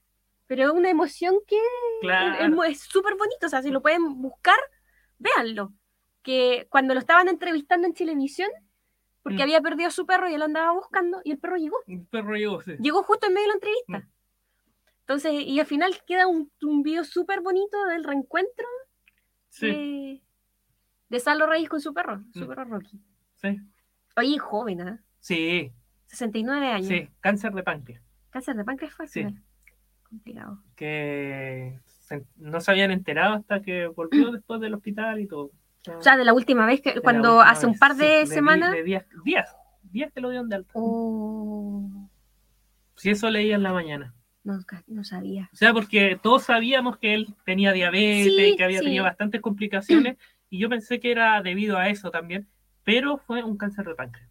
Speaker 2: pero es una emoción que
Speaker 3: claro,
Speaker 2: Es- es mu- Es súper bonito, o sea, si lo pueden buscar, véanlo. Que cuando lo estaban entrevistando en televisión, porque
Speaker 3: Mm.
Speaker 2: había perdido a su perro y él lo andaba buscando, y el perro llegó.
Speaker 3: un perro llegó, sí.
Speaker 2: Llegó justo en medio de la
Speaker 3: Mm.
Speaker 2: entrevista. Entonces, y al final queda un, un video súper bonito del reencuentro
Speaker 3: Sí,
Speaker 2: de, de Salo Reyes con su perro, su
Speaker 3: Mm.
Speaker 2: perro Rocky.
Speaker 3: sí,
Speaker 2: Oye, joven, ¿ah?
Speaker 3: sí,
Speaker 2: 69 años.
Speaker 3: sí, cáncer de páncreas,
Speaker 2: Cáncer de páncreas fue al
Speaker 3: Sí.
Speaker 2: final. Complicado.
Speaker 3: que se- no se habían enterado hasta que volvió después del hospital y todo. Ah.
Speaker 2: O sea, de la última vez que,
Speaker 3: De la
Speaker 2: cuando
Speaker 3: última
Speaker 2: hace un
Speaker 3: vez,
Speaker 2: par
Speaker 3: sí,
Speaker 2: de
Speaker 3: di-
Speaker 2: semanas.
Speaker 3: de días, días, días que lo dieron de alta.
Speaker 2: Oh.
Speaker 3: Si eso leía en la mañana.
Speaker 2: No, ca- no sabía.
Speaker 3: O sea, porque todos sabíamos que él tenía diabetes,
Speaker 2: Sí,
Speaker 3: que había
Speaker 2: sí.
Speaker 3: tenido bastantes complicaciones, y yo pensé que era debido a eso también, pero fue un cáncer de páncreas.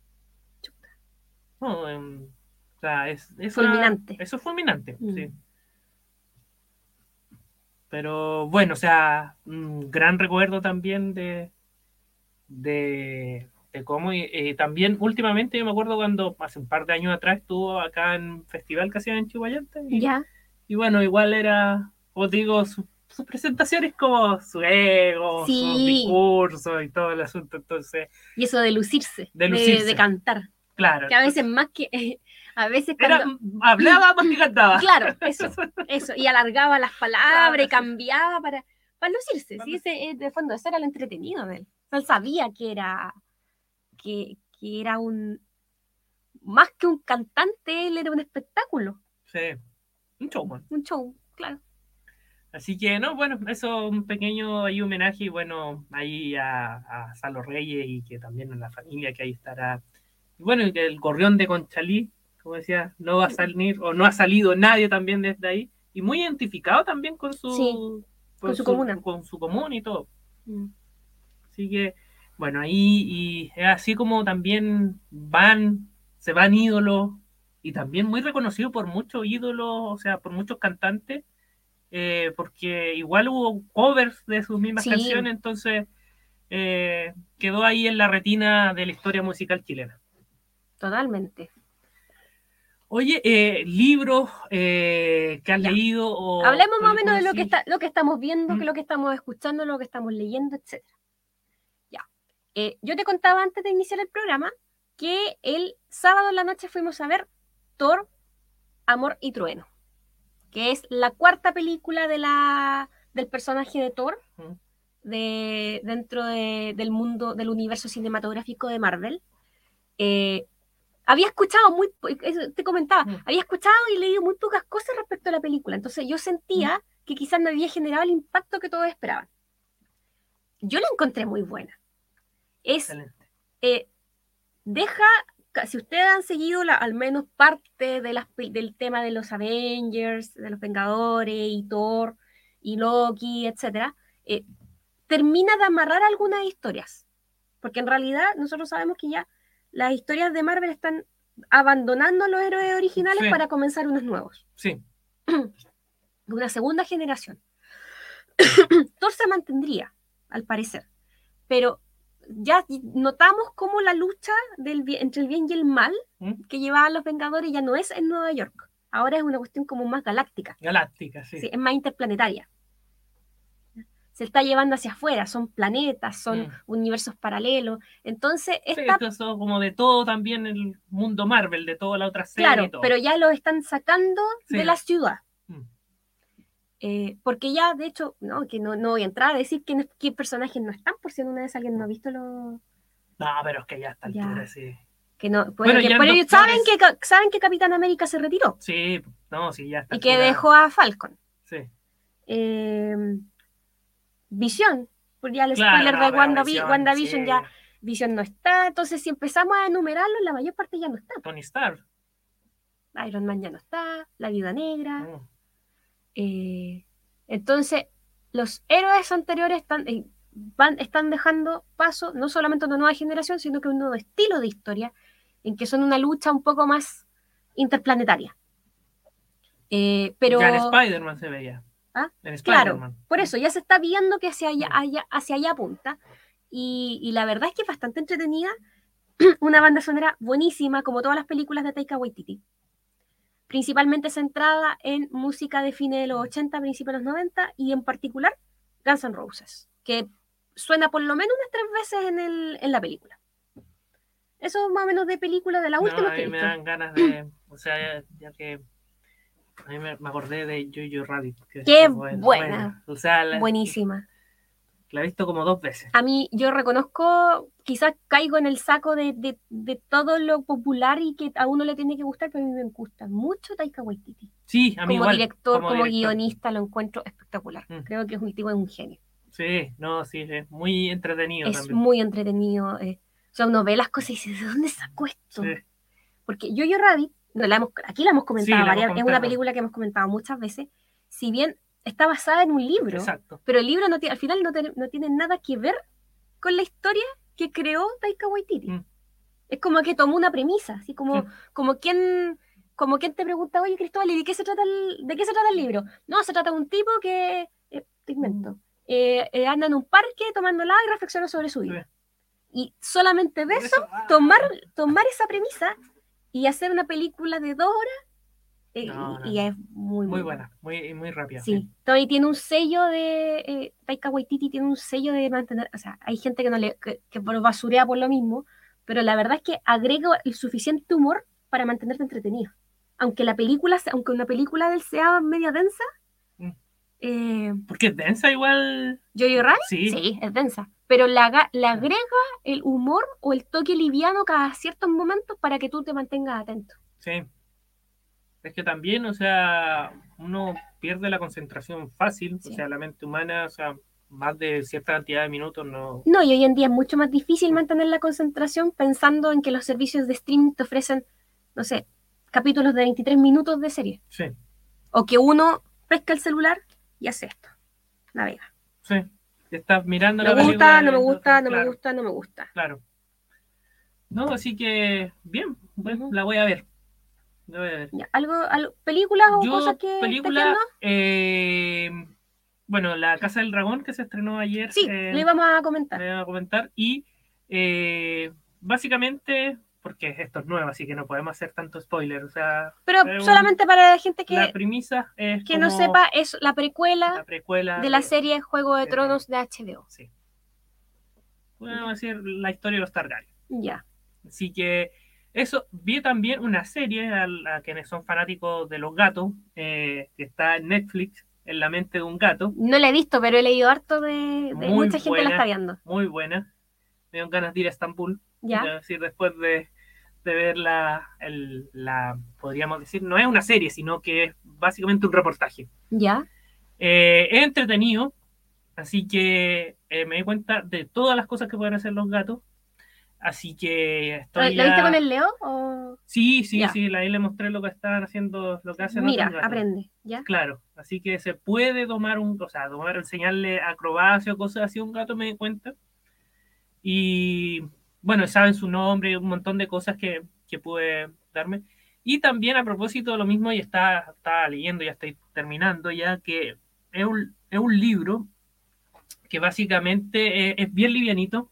Speaker 3: No, em, o sea, es, es una-
Speaker 2: Fulminante.
Speaker 3: eso es fulminante,
Speaker 2: Mm.
Speaker 3: sí. Pero bueno, o sea, un gran recuerdo también de, de, de cómo. y- eh, también últimamente yo me acuerdo cuando hace un par de años atrás estuvo acá en un festival que hacían en Chihuayante. Y,
Speaker 2: Ya,
Speaker 3: y bueno, igual era, os digo, su- sus presentaciones como su ego,
Speaker 2: Sí.
Speaker 3: su discurso y todo el asunto. Entonces,
Speaker 2: y eso de lucirse,
Speaker 3: De lucirse.
Speaker 2: de cantar,
Speaker 3: claro.
Speaker 2: que a veces más que, a veces
Speaker 3: Era-
Speaker 2: cuando,
Speaker 3: Hablaba más que cantaba.
Speaker 2: Claro, eso, eso. Y alargaba las
Speaker 3: Claro,
Speaker 2: palabras y
Speaker 3: sí.
Speaker 2: cambiaba para, para lucirse.
Speaker 3: Para
Speaker 2: ¿sí? Ese, eh, de fondo, eso era lo entretenido de él. O sea, él sabía que era, que, que era un. Más que un cantante, él era un espectáculo,
Speaker 3: Sí. Un showman.
Speaker 2: un show, claro.
Speaker 3: Así que, no, bueno, eso, un pequeño ahí homenaje, y bueno, ahí a, a Salo Reyes y que también a la familia que ahí estará. Y bueno, y que el gorrión de Conchalí, como decía, no va a salir o no ha salido nadie también desde ahí. Y muy identificado también con su,
Speaker 2: Sí, con su comuna.
Speaker 3: Con su comuna y todo.
Speaker 2: Mm.
Speaker 3: Así que, bueno, ahí y es así como también van, se van ídolos y también muy reconocido por muchos ídolos, o sea, por muchos cantantes, eh, porque igual hubo covers de sus mismas
Speaker 2: Sí.
Speaker 3: canciones, entonces eh, quedó ahí en la retina de la historia musical chilena.
Speaker 2: Totalmente.
Speaker 3: Oye, eh, libros eh, que has
Speaker 2: Ya.
Speaker 3: leído o...
Speaker 2: Hablemos más o menos de
Speaker 3: películas,
Speaker 2: lo que,
Speaker 3: sí.
Speaker 2: está, lo que estamos viendo,
Speaker 3: Mm.
Speaker 2: que lo que estamos escuchando, lo que estamos leyendo, etc. Ya. Eh, yo te contaba antes de iniciar el programa que el sábado en la noche fuimos a ver Thor, Amor y Trueno, que es la cuarta película de la, del personaje de Thor
Speaker 3: Mm.
Speaker 2: de, dentro de- del mundo, del universo cinematográfico de Marvel. Eh, había escuchado muy, po- eso te comentaba,
Speaker 3: Mm.
Speaker 2: había escuchado y leído muy pocas cosas respecto a la película, entonces yo sentía que quizás no había generado el impacto que todos esperaban. Yo la encontré muy buena. Es
Speaker 3: Excelente.
Speaker 2: eh, deja, ca- si ustedes han seguido la- al menos parte de las, pel- del tema de los Avengers, de los Vengadores y Thor y Loki, etcétera, eh, termina de amarrar algunas historias. Porque en realidad nosotros sabemos que ya las historias de Marvel están abandonando los héroes originales
Speaker 3: Sí.
Speaker 2: para comenzar unos nuevos
Speaker 3: Sí,
Speaker 2: de una segunda generación. Thor se mantendría, al parecer, pero ya notamos cómo la lucha del bien- entre el bien y el mal
Speaker 3: ¿Mm?
Speaker 2: que llevaban los Vengadores ya no es en Nueva York, ahora es una cuestión como más galáctica,
Speaker 3: Galáctica, sí.
Speaker 2: sí, es más interplanetaria. Se está llevando hacia afuera, son planetas, son
Speaker 3: Mm.
Speaker 2: universos paralelos. Entonces,
Speaker 3: Sí,
Speaker 2: esta
Speaker 3: esto es todo como de todo también el mundo Marvel, de toda la otra serie. y
Speaker 2: Claro,
Speaker 3: todo.
Speaker 2: pero ya lo están sacando
Speaker 3: Sí.
Speaker 2: de la ciudad.
Speaker 3: Mm.
Speaker 2: Eh, porque ya, de hecho, no, que no, no voy a entrar a decir quiénes- qué personajes no están, por si alguna vez alguien no ha visto los...
Speaker 3: No, pero es que ya a esta
Speaker 2: Ya.
Speaker 3: altura, sí.
Speaker 2: Que no, bueno,
Speaker 3: Bueno,
Speaker 2: que-
Speaker 3: ya en
Speaker 2: pero ellos
Speaker 3: Doctores-
Speaker 2: saben que, ca- saben que Capitán América se retiró
Speaker 3: Sí, no, sí, ya está.
Speaker 2: y que dejó a Falcon.
Speaker 3: Sí,
Speaker 2: Eh, Visión, por ya el
Speaker 3: Claro,
Speaker 2: spoiler
Speaker 3: no,
Speaker 2: de
Speaker 3: pero
Speaker 2: Wanda,
Speaker 3: Visión,
Speaker 2: WandaVision
Speaker 3: sí.
Speaker 2: ya, Visión no está, entonces si empezamos a enumerarlo, la mayor parte ya no está.
Speaker 3: Tony Stark.
Speaker 2: Iron Man ya no está, la Viuda Negra,
Speaker 3: mm,
Speaker 2: Eh, entonces, los héroes anteriores están, eh, van, están dejando paso no solamente a una nueva generación, sino que a un nuevo estilo de historia, en que son una lucha un poco más interplanetaria. Eh, pero
Speaker 3: Ya en Spider-Man se veía.
Speaker 2: ¿Ah?
Speaker 3: En
Speaker 2: claro,
Speaker 3: Spider-Man.
Speaker 2: por eso ya se está viendo que hacia allá,
Speaker 3: Mm.
Speaker 2: allá- hacia allá apunta. Y, y la verdad es que es bastante entretenida. Una banda sonora buenísima, como todas las películas de Taika Waititi. Principalmente centrada en música de fines de los 80, principios de los 90 y en particular Guns N' Roses, que suena por lo menos unas tres veces en, el, en la película. Eso más o menos de película de la
Speaker 3: No,
Speaker 2: última
Speaker 3: a
Speaker 2: que he
Speaker 3: mí me
Speaker 2: visto.
Speaker 3: dan ganas de. O sea, ya, ya que. A mí me, me acordé de Jojo Rabbit. que-
Speaker 2: ¡Qué
Speaker 3: que
Speaker 2: buena!
Speaker 3: O sea, la,
Speaker 2: Buenísima.
Speaker 3: la he visto como dos veces.
Speaker 2: a mí yo reconozco, quizás caigo en el saco de, de- de todo lo popular y que a uno le tiene que gustar, pero a mí me gusta mucho Taika Waititi.
Speaker 3: Sí, a mí
Speaker 2: Como
Speaker 3: igual,
Speaker 2: director, como,
Speaker 3: director.
Speaker 2: guionista, lo encuentro espectacular.
Speaker 3: Mm.
Speaker 2: Creo que es un tipo de un genio.
Speaker 3: Sí, no, sí, es muy entretenido
Speaker 2: es
Speaker 3: también.
Speaker 2: muy entretenido. eh. O sea, uno ve las cosas y dice, ¿de dónde sacó esto?
Speaker 3: Sí.
Speaker 2: Porque Yo Yo Rabbit, no, la hemos- aquí la hemos comentado,
Speaker 3: la hemos
Speaker 2: varias- es una
Speaker 3: comentado.
Speaker 2: película que hemos comentado muchas veces, si bien está basada en un libro,
Speaker 3: Exacto.
Speaker 2: pero el libro no tiene- al final no, tiene- no tiene nada que ver con la historia que creó Taika Waititi.
Speaker 3: Mm.
Speaker 2: Es como que tomó una premisa, así como,
Speaker 3: Mm.
Speaker 2: como quien como quien te pregunta, oye Cristóbal, ¿y de qué se trata el, de qué se trata el libro? No, se trata de un tipo que, eh, te
Speaker 3: Mm.
Speaker 2: invento, eh, eh, anda en un parque tomando helado y reflexiona sobre su vida. Y solamente de eso,
Speaker 3: ah,
Speaker 2: tomar, tomar esa premisa y hacer una película de dos horas, eh,
Speaker 3: No, no,
Speaker 2: y, y es muy,
Speaker 3: Muy
Speaker 2: muy
Speaker 3: buena, muy, muy rápida.
Speaker 2: Sí, Toei tiene un sello de. eh, Taika Waititi tiene un sello de mantener. O sea, hay gente que no le. que, que por- basurea por lo mismo, pero la verdad es que agrega el suficiente humor para mantenerte entretenido. Aunque la película, sea- aunque una película del sea media densa,
Speaker 3: Mm.
Speaker 2: eh,
Speaker 3: Porque es densa igual.
Speaker 2: Jojo Rabbit,
Speaker 3: Sí.
Speaker 2: sí, es densa. Pero la aga- le agrega el humor o el toque liviano cada ciertos momentos para que tú te mantengas atento.
Speaker 3: Sí. Es que también, o sea, uno pierde la concentración fácil, o
Speaker 2: Sí.
Speaker 3: sea, la mente humana, o sea, más de cierta cantidad de minutos no.
Speaker 2: No, y hoy en día es mucho más difícil mantener la concentración pensando en que los servicios de streaming te ofrecen, no sé, capítulos de 23 minutos de serie.
Speaker 3: Sí,
Speaker 2: O que uno pesca el celular y hace esto. Navega.
Speaker 3: sí. Estás mirando
Speaker 2: Me
Speaker 3: la
Speaker 2: gusta,
Speaker 3: película
Speaker 2: no me
Speaker 3: y-
Speaker 2: gusta, no me
Speaker 3: claro,
Speaker 2: gusta, no me gusta.
Speaker 3: Claro. No, así que, bien, bueno,
Speaker 2: Ujú.
Speaker 3: la voy a ver. La voy a ver.
Speaker 2: Ya, ¿Algo, algo- películas o
Speaker 3: Yo,
Speaker 2: cosas que estés
Speaker 3: película,
Speaker 2: viendo?
Speaker 3: eh, bueno, La Casa del Dragón que se estrenó ayer.
Speaker 2: Sí,
Speaker 3: eh,
Speaker 2: lo íbamos a comentar.
Speaker 3: le vamos a comentar. Y eh, básicamente, porque esto es nuevo, así que no podemos hacer tanto spoiler. O sea,
Speaker 2: Pero
Speaker 3: eh, un-
Speaker 2: solamente para la gente
Speaker 3: la
Speaker 2: que,
Speaker 3: premisa es.
Speaker 2: que no
Speaker 3: como
Speaker 2: sepa, es la
Speaker 3: La
Speaker 2: precuela
Speaker 3: precuela.
Speaker 2: de la serie Juego de
Speaker 3: de-
Speaker 2: Tronos de HBO.
Speaker 3: Sí. Podemos decir la historia de los Targaryen.
Speaker 2: Ya.
Speaker 3: Así que eso. Vi también una serie a, a quienes son fanáticos de los gatos, eh, que está en Netflix, En la mente de un gato.
Speaker 2: No la he visto, pero he leído harto de, de-
Speaker 3: Muy
Speaker 2: mucha gente
Speaker 3: buena.
Speaker 2: la está viendo.
Speaker 3: Muy buena. Me dieron ganas de ir a Estambul.
Speaker 2: Ya.
Speaker 3: Quiero decir, después de, de ver la, el- la, podríamos decir, no es una serie, sino que es básicamente un reportaje.
Speaker 2: Ya,
Speaker 3: Eh, es entretenido, así que eh, me di cuenta de todas las cosas que pueden hacer los gatos. Así
Speaker 2: ¿La,
Speaker 3: que estoy
Speaker 2: la viste
Speaker 3: ya-
Speaker 2: con el Leo? o-
Speaker 3: Sí, sí,
Speaker 2: Ya.
Speaker 3: sí, ahí le mostré lo que estaban haciendo, lo que hacen
Speaker 2: Mira,
Speaker 3: otros gatos.
Speaker 2: aprende, ¿ya?
Speaker 3: Claro, así que se puede tomar un, o sea, tomar, enseñarle acrobacia o cosas así a un gato, me di cuenta. Y bueno, saben su nombre, un montón de cosas que, que pude darme. Y también a propósito de lo mismo, y está, estaba leyendo, ya estoy terminando, ya que es un, es un libro que básicamente eh, es, bien livianito,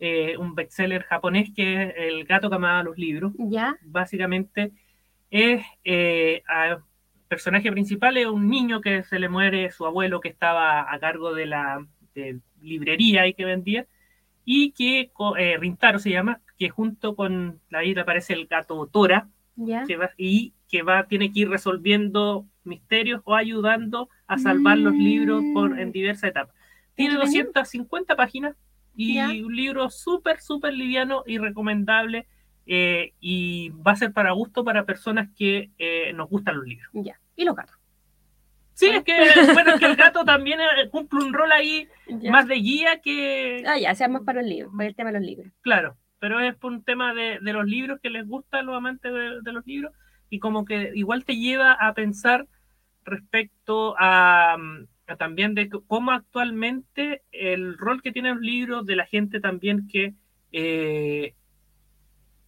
Speaker 3: eh, un bestseller japonés que es El gato que amaba los libros
Speaker 2: ¿Ya?
Speaker 3: básicamente es eh, a- personaje principal es un niño que se le muere su abuelo que estaba a cargo de la de librería y que vendía y que co- eh, Rintaro se llama que junto con la isla aparece el gato Tora
Speaker 2: ¿Ya?
Speaker 3: que va, y que va tiene que ir resolviendo misterios o ayudando a salvar los
Speaker 2: Mm.
Speaker 3: libros por en diversas etapas tiene
Speaker 2: Entretenido.
Speaker 3: 250 páginas y
Speaker 2: Ya.
Speaker 3: un libro súper, súper liviano y recomendable. eh, y va a ser para gusto para personas que eh, nos gustan los libros.
Speaker 2: ¿Ya? ¿Y los gatos?
Speaker 3: Sí,
Speaker 2: Ah.
Speaker 3: es que, bueno, es que el gato también eh, cumple un rol ahí
Speaker 2: ¿Ya?
Speaker 3: más de guía que.
Speaker 2: Ah, ya, sea más para los libros, para el tema de los libros.
Speaker 3: Claro, pero es por un tema de, de los libros que les gusta a los amantes de, de los libros y como que igual te lleva a pensar respecto a, mm, a también de c- cómo actualmente el rol que tienen los libros de la gente también que eh,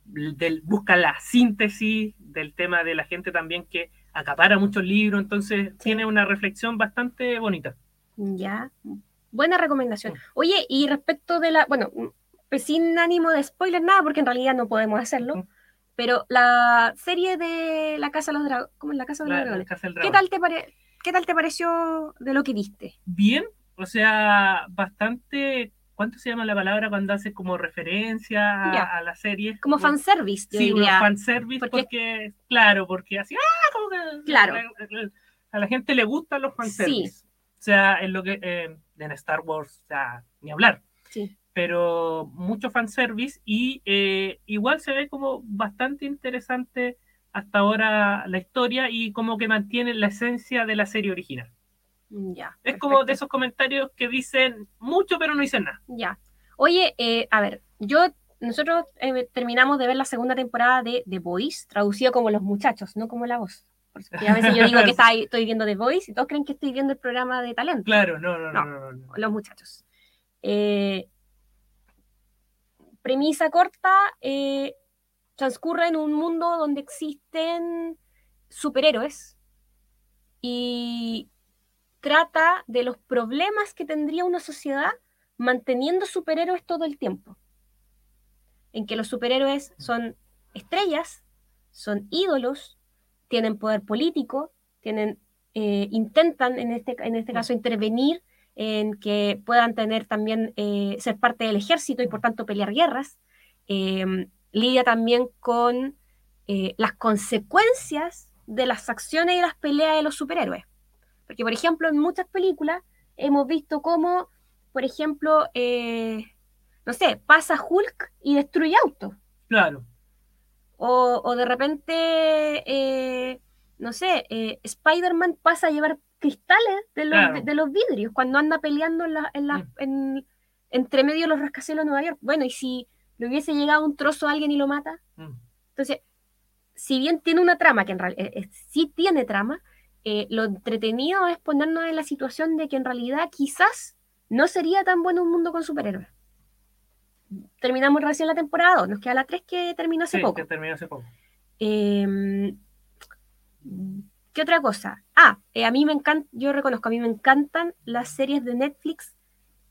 Speaker 3: del- busca la síntesis del tema de la gente también que acapara muchos libros, entonces tiene una reflexión bastante bonita.
Speaker 2: ¿Ya? Buena recomendación. Oye, y respecto de la, bueno, pues sin ánimo de spoiler nada, porque en realidad no podemos hacerlo,
Speaker 3: Ujú.
Speaker 2: pero la serie de La Casa de los Dragones, ¿cómo es La Casa de los
Speaker 3: La- la
Speaker 2: Dragones?
Speaker 3: Casa del
Speaker 2: ¿Qué
Speaker 3: Dragón.
Speaker 2: tal te pare- qué tal te pareció de lo que viste?
Speaker 3: bien, o sea, bastante. ¿Cuánto se llama la palabra cuando haces como referencia a,
Speaker 2: Ya.
Speaker 3: a la serie?
Speaker 2: Como fanservice, yo
Speaker 3: Sí, unos
Speaker 2: diría.
Speaker 3: fanservice,
Speaker 2: Porque-
Speaker 3: porque, claro, porque así, ¡ah! Como que.
Speaker 2: Claro.
Speaker 3: A la gente le gustan los fanservice. O sea, en lo que. eh, en Star Wars, o sea, ni hablar.
Speaker 2: Sí.
Speaker 3: Pero mucho fanservice y eh, igual se ve como bastante interesante hasta ahora la historia y como que mantiene la esencia de la serie original.
Speaker 2: Ya.
Speaker 3: Es como
Speaker 2: perfecto.
Speaker 3: de esos comentarios que dicen mucho pero no dicen nada.
Speaker 2: Ya. Oye, eh, a ver, yo, nosotros eh, terminamos de ver la segunda temporada de The Voice, traducido como Los Muchachos, no como La Voz. Porque a veces yo digo que está ahí- estoy viendo The Voice y todos creen que estoy viendo el programa de talento,
Speaker 3: Claro, no, no,
Speaker 2: No.
Speaker 3: no, no, no, no.
Speaker 2: Los Muchachos. Eh, premisa corta, eh, transcurre en un mundo donde existen superhéroes y trata de los problemas que tendría una sociedad manteniendo superhéroes todo el tiempo. En que los superhéroes son estrellas, son ídolos, tienen poder político, tienen, eh, intentan en este, en este caso intervenir en que puedan tener también, eh, ser parte del ejército y por tanto pelear guerras. Eh, lidia también con eh, las consecuencias de las acciones y las peleas de los superhéroes. Porque, por ejemplo, en muchas películas hemos visto cómo, por ejemplo, eh, no sé, pasa Hulk y destruye autos.
Speaker 3: Claro.
Speaker 2: O, o de repente, eh, no sé, eh, Spider-Man pasa a llevar cristales de los,
Speaker 3: Claro.
Speaker 2: de, de los vidrios cuando anda peleando en la- en la-
Speaker 3: Mm.
Speaker 2: en- entre medio de los rascacielos de Nueva York. Bueno, y si le hubiese llegado un trozo a alguien y lo mata,
Speaker 3: Mm.
Speaker 2: entonces, si bien tiene una trama, que en realidad sí tiene trama, eh, lo entretenido es ponernos en la situación de que en realidad quizás no sería tan bueno un mundo con superhéroes. Terminamos recién la temporada 2, nos queda la 3 que terminó hace
Speaker 3: Sí,
Speaker 2: poco.
Speaker 3: que terminó hace poco.
Speaker 2: Eh, ¿Qué otra cosa? Ah, eh, a mí me encanta, yo reconozco, a mí me encantan las series de Netflix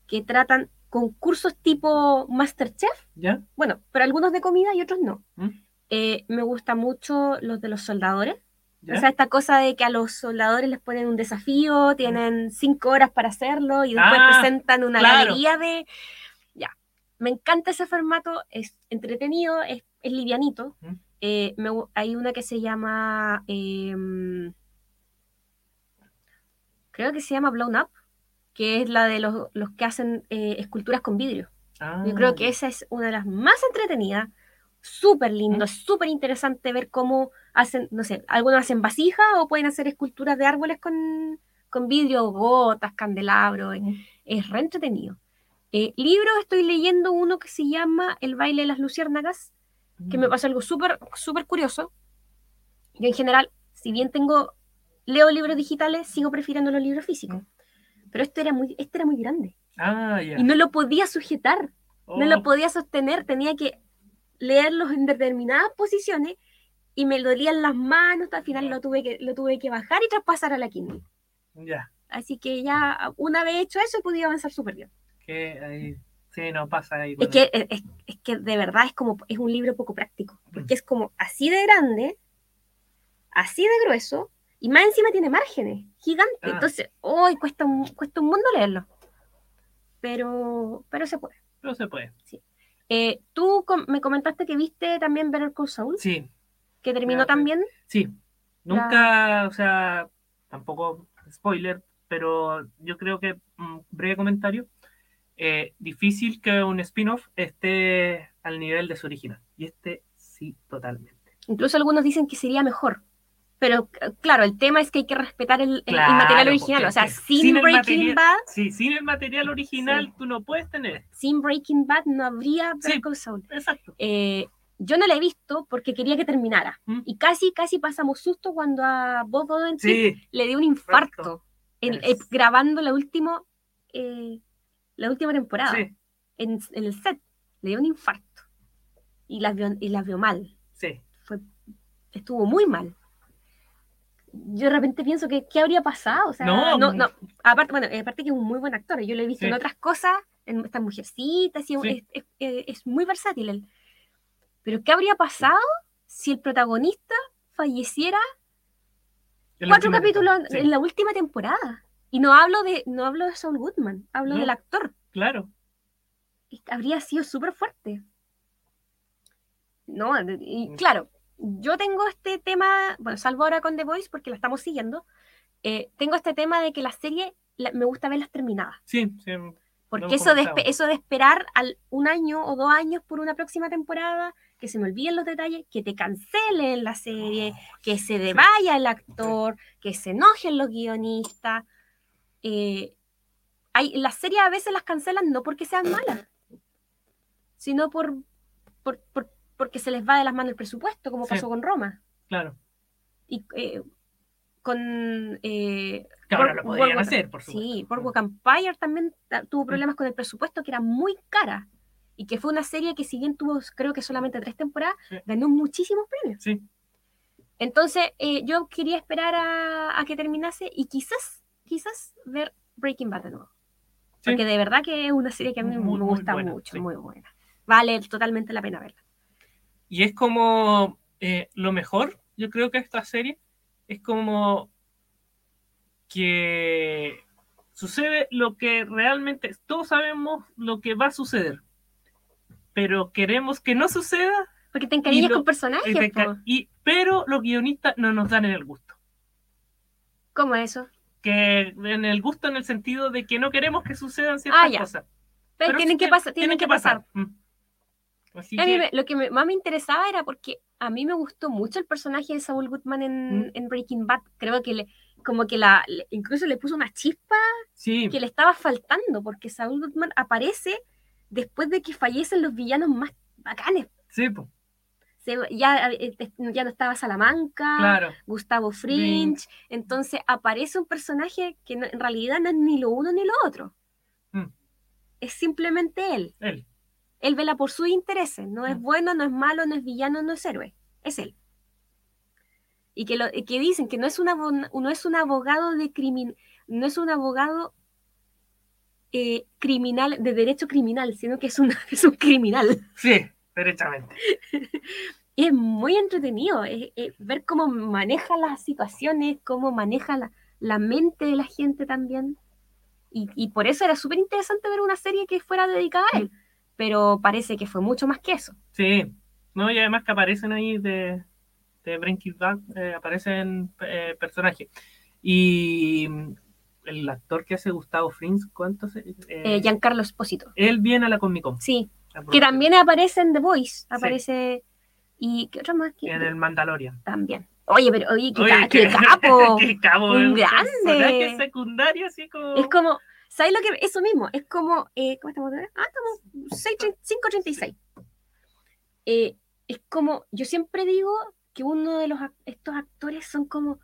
Speaker 2: que tratan concursos tipo Masterchef
Speaker 3: ¿Ya?
Speaker 2: bueno, pero algunos de comida y otros no.
Speaker 3: ¿Mm?
Speaker 2: Eh, me gusta mucho los de los soldadores.
Speaker 3: ¿Ya?
Speaker 2: O sea, esta cosa de que a los soldadores les ponen un desafío, tienen cinco horas para hacerlo y después
Speaker 3: Ah,
Speaker 2: presentan una
Speaker 3: claro.
Speaker 2: galería de... Ya, me encanta ese formato, es entretenido, es, es livianito.
Speaker 3: ¿Mm?
Speaker 2: Eh, me gu- hay una que se llama... em, creo que se llama Blown Up, que es la de los, los que hacen eh, esculturas con vidrio.
Speaker 3: Ah,
Speaker 2: Yo creo que esa es una de las más entretenidas. Súper lindo, súper interesante ver cómo hacen, no sé, algunos hacen vasija o pueden hacer esculturas de árboles con, con vidrio, gotas, candelabros.
Speaker 3: Mm.
Speaker 2: Es re entretenido. Eh, libro, estoy leyendo uno que se llama El baile de las luciérnagas, que
Speaker 3: mm.
Speaker 2: me pasó algo súper, súper curioso. Yo en general, si bien tengo, leo libros digitales, sigo prefiriendo los libros físicos. Pero este era muy, este era muy grande.
Speaker 3: Ah, ya.
Speaker 2: Y no lo podía sujetar. No
Speaker 3: Oh,
Speaker 2: lo podía sostener, tenía que leerlos en determinadas posiciones y me dolían las manos, hasta al final lo tuve que, lo tuve que bajar y traspasar a la Kindle.
Speaker 3: Ya.
Speaker 2: Así que ya una vez hecho eso, pude avanzar súper bien.
Speaker 3: Que ahí. Sí, no pasa ahí.
Speaker 2: Es
Speaker 3: con-
Speaker 2: que, es, es que de verdad es como es un libro poco práctico, porque es como así de grande, así de grueso, y más encima tiene márgenes, gigante.
Speaker 3: Ah.
Speaker 2: Entonces, hoy cuesta, un- cuesta un mundo leerlo. Pero, pero se puede.
Speaker 3: No se puede.
Speaker 2: Eh, Tú com- me comentaste que viste también Better Call Saul.
Speaker 3: Sí,
Speaker 2: que terminó
Speaker 3: Ya, pues.
Speaker 2: también.
Speaker 3: Sí, nunca, o sea, tampoco spoiler, pero yo creo que, mm, breve comentario, eh, difícil que un spin-off esté al nivel de su original. Y este sí, totalmente.
Speaker 2: Incluso algunos dicen que sería mejor. Pero c- claro, el tema es que hay que respetar el, el- el
Speaker 3: Claro,
Speaker 2: material original.
Speaker 3: porque
Speaker 2: O sea,
Speaker 3: es que
Speaker 2: sin,
Speaker 3: sin el
Speaker 2: Breaking
Speaker 3: material-
Speaker 2: Bad,
Speaker 3: Sí, sin el material original tú no puedes tener. esto.
Speaker 2: sin Breaking Bad no habría Better
Speaker 3: Sí.
Speaker 2: Call Saul.
Speaker 3: Exacto.
Speaker 2: Eh, yo no la he visto porque quería que terminara.
Speaker 3: Mm.
Speaker 2: Y casi, casi pasamos susto cuando a Bob Odenkirk
Speaker 3: Sí,
Speaker 2: le dio un infarto en-
Speaker 3: Es-
Speaker 2: eh, grabando la última, eh, la última temporada
Speaker 3: sí,
Speaker 2: en, en el set. Le dio un infarto. Y la vio- y la vio mal.
Speaker 3: sí.
Speaker 2: estuvo muy mal. Yo de repente pienso que qué habría pasado. O sea,
Speaker 3: No, mm.
Speaker 2: no, no, Aparte, bueno, eh, aparte que es un muy buen actor. Yo lo he visto
Speaker 3: Sí.
Speaker 2: en otras cosas, en estas mujercitas, y es-
Speaker 3: Sí.
Speaker 2: es, es- es muy versátil él. Pero ¿qué habría pasado si el protagonista falleciera
Speaker 3: El
Speaker 2: cuatro
Speaker 3: último
Speaker 2: capítulos
Speaker 3: capítulo. Sí,
Speaker 2: en la última temporada? Y no hablo de, no hablo de Saul Goodman, hablo
Speaker 3: No.
Speaker 2: del actor
Speaker 3: Claro.
Speaker 2: habría sido súper fuerte. No, de- y
Speaker 3: Mm.
Speaker 2: claro, yo tengo este tema, bueno, salvo ahora con The Voice porque la estamos siguiendo, eh, tengo este tema de que la serie la- me gusta verlas terminadas,
Speaker 3: Sí, sí. Lo
Speaker 2: porque
Speaker 3: hemos
Speaker 2: eso de,
Speaker 3: comentado.
Speaker 2: espe- eso de esperar al, un año o dos años por una próxima temporada, que se me olviden los detalles, que te cancelen la serie, que se devaya el actor, que se enojen los guionistas. eh, hay, las series a veces las cancelan no porque sean malas, sino por, por- por- porque se les va de las manos el presupuesto, como
Speaker 3: Sí.
Speaker 2: pasó con Roma.
Speaker 3: Claro.
Speaker 2: Y eh, con... eh,
Speaker 3: Que ahora
Speaker 2: Bor-
Speaker 3: lo podrían
Speaker 2: Borgo-
Speaker 3: hacer, por supuesto.
Speaker 2: sí, Boardwalk Empire también ta- tuvo problemas con el presupuesto, que era muy cara. y que fue una serie que si bien tuvo creo que solamente tres temporadas,
Speaker 3: Sí.
Speaker 2: ganó muchísimos premios.
Speaker 3: Sí.
Speaker 2: Entonces eh, yo quería esperar a, a que terminase y quizás, quizás ver Breaking Bad de nuevo.
Speaker 3: Sí.
Speaker 2: Porque de verdad que es una serie que a mí
Speaker 3: Muy,
Speaker 2: me
Speaker 3: muy
Speaker 2: gusta
Speaker 3: buena,
Speaker 2: mucho,
Speaker 3: sí.
Speaker 2: muy buena. Vale totalmente la pena verla.
Speaker 3: Y es como eh, lo mejor, yo creo que esta serie es como que sucede lo que realmente todos sabemos lo que va a suceder, pero queremos que no suceda,
Speaker 2: Porque te encariñas
Speaker 3: Y lo-
Speaker 2: con personajes.
Speaker 3: y te ca-
Speaker 2: po.
Speaker 3: y- pero los guionistas no nos dan en el gusto.
Speaker 2: ¿Cómo es eso?
Speaker 3: Que en el gusto en el sentido de que no queremos que sucedan ciertas
Speaker 2: Ah, ya.
Speaker 3: cosas.
Speaker 2: Pero
Speaker 3: Pero
Speaker 2: tienen,
Speaker 3: sí
Speaker 2: que pas- tienen que pasar.
Speaker 3: Mm. Así
Speaker 2: Y a mí
Speaker 3: que-
Speaker 2: me- lo que me- más me interesaba era porque a mí me gustó mucho el personaje de Saul Goodman en,
Speaker 3: Mm.
Speaker 2: en Breaking Bad. Creo que le, como que la, le- incluso le puso una chispa
Speaker 3: sí.
Speaker 2: que le estaba faltando, porque Saul Goodman aparece después de que fallecen los villanos más bacanes.
Speaker 3: Sí, po,
Speaker 2: Se- ya, eh, eh, ya no estaba Salamanca,
Speaker 3: claro.
Speaker 2: Gustavo Fringe, entonces aparece un personaje que no- en realidad no es ni lo uno ni lo otro.
Speaker 3: Mm.
Speaker 2: Es simplemente él.
Speaker 3: Él.
Speaker 2: Él vela por sus intereses. No es
Speaker 3: Mm.
Speaker 2: bueno, no es malo, no es villano, no es héroe. Es él. Y que, lo, y que dicen que no es, un abo- no es un abogado de crimin, no es un abogado eh, criminal, de derecho criminal, sino que es un, es un criminal.
Speaker 3: Sí, derechamente.
Speaker 2: Y es muy entretenido es- es ver cómo maneja las situaciones, cómo maneja la, la mente de la gente también. Y, y por eso era súper interesante ver una serie que fuera dedicada a él. Pero parece que fue mucho más que eso.
Speaker 3: Sí, no, y además que aparecen ahí de, de Breaking Bad, eh, aparecen eh, personajes. Y mm, el actor que hace Gustavo Frings, ¿cuánto se- eh,
Speaker 2: eh, Giancarlo Espósito.
Speaker 3: Él viene a la Comic Con.
Speaker 2: Sí, que también aparece en The Voice, aparece y qué otra más que
Speaker 3: En el Mandalorian.
Speaker 2: también. Oye, pero oye, qué, ca-
Speaker 3: Oye,
Speaker 2: qué capo.
Speaker 3: qué capo,
Speaker 2: Oh, un
Speaker 3: el
Speaker 2: grande.
Speaker 3: personaje secundario, así como.
Speaker 2: es como, ¿sabes lo que eso mismo? Es como eh, ¿cómo estamos? de hora? Ah, estamos 6, 5.36. Eh, es como yo siempre digo que uno de los ac- estos actores son como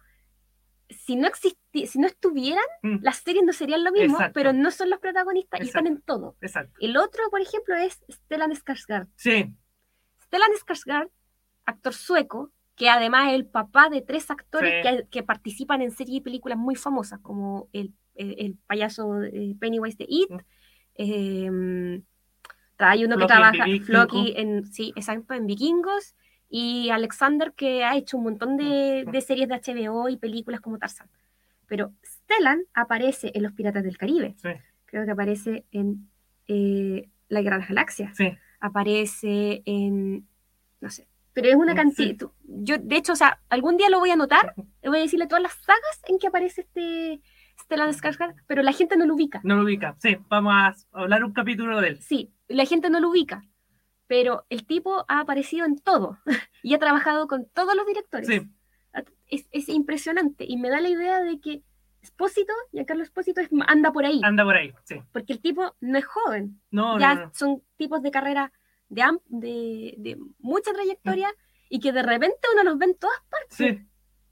Speaker 2: si no existi si no estuvieran,
Speaker 3: Mm.
Speaker 2: las series no serían lo mismo,
Speaker 3: Exacto.
Speaker 2: pero no son los protagonistas y están en todo.
Speaker 3: Exacto.
Speaker 2: El otro, por ejemplo, es Stellan Skarsgård.
Speaker 3: Sí,
Speaker 2: Stellan Skarsgård, actor sueco, que además es el papá de tres actores
Speaker 3: Sí.
Speaker 2: que, que participan en series y películas muy famosas, como el, el- el payaso eh, Pennywise de It.
Speaker 3: Mm.
Speaker 2: eh, hay uno que
Speaker 3: Floki en
Speaker 2: trabaja,
Speaker 3: Vikingo.
Speaker 2: Floki, en, sí, exacto, en Vikingos. Y Alexander, que ha hecho un montón de,
Speaker 3: Mm.
Speaker 2: de series de HBO y películas como Tarzan. Pero Stellan aparece en Los Piratas del Caribe.
Speaker 3: sí,
Speaker 2: Creo que aparece en eh, La Guerra de las Galaxias
Speaker 3: sí.
Speaker 2: aparece en, no sé, pero es una
Speaker 3: Sí.
Speaker 2: cantidad, tú- yo de hecho, o sea, algún día lo voy a anotar, y voy a decirle todas las sagas en que aparece este Stellan Skarsgård, pero la gente no lo ubica.
Speaker 3: No lo ubica. Sí, vamos a hablar un capítulo de él.
Speaker 2: Sí, la gente no lo ubica, pero el tipo ha aparecido en todo y ha trabajado con todos los directores.
Speaker 3: Sí,
Speaker 2: Es, es impresionante y me da la idea de que Espósito, Giancarlo Espósito, es- anda por ahí,
Speaker 3: anda por ahí. Sí.
Speaker 2: porque el tipo no es joven,
Speaker 3: No,
Speaker 2: ya
Speaker 3: no, no.
Speaker 2: son tipos de carrera de, am- de, de mucha
Speaker 3: Mm.
Speaker 2: trayectoria y que de repente uno los ve en todas,
Speaker 3: Sí,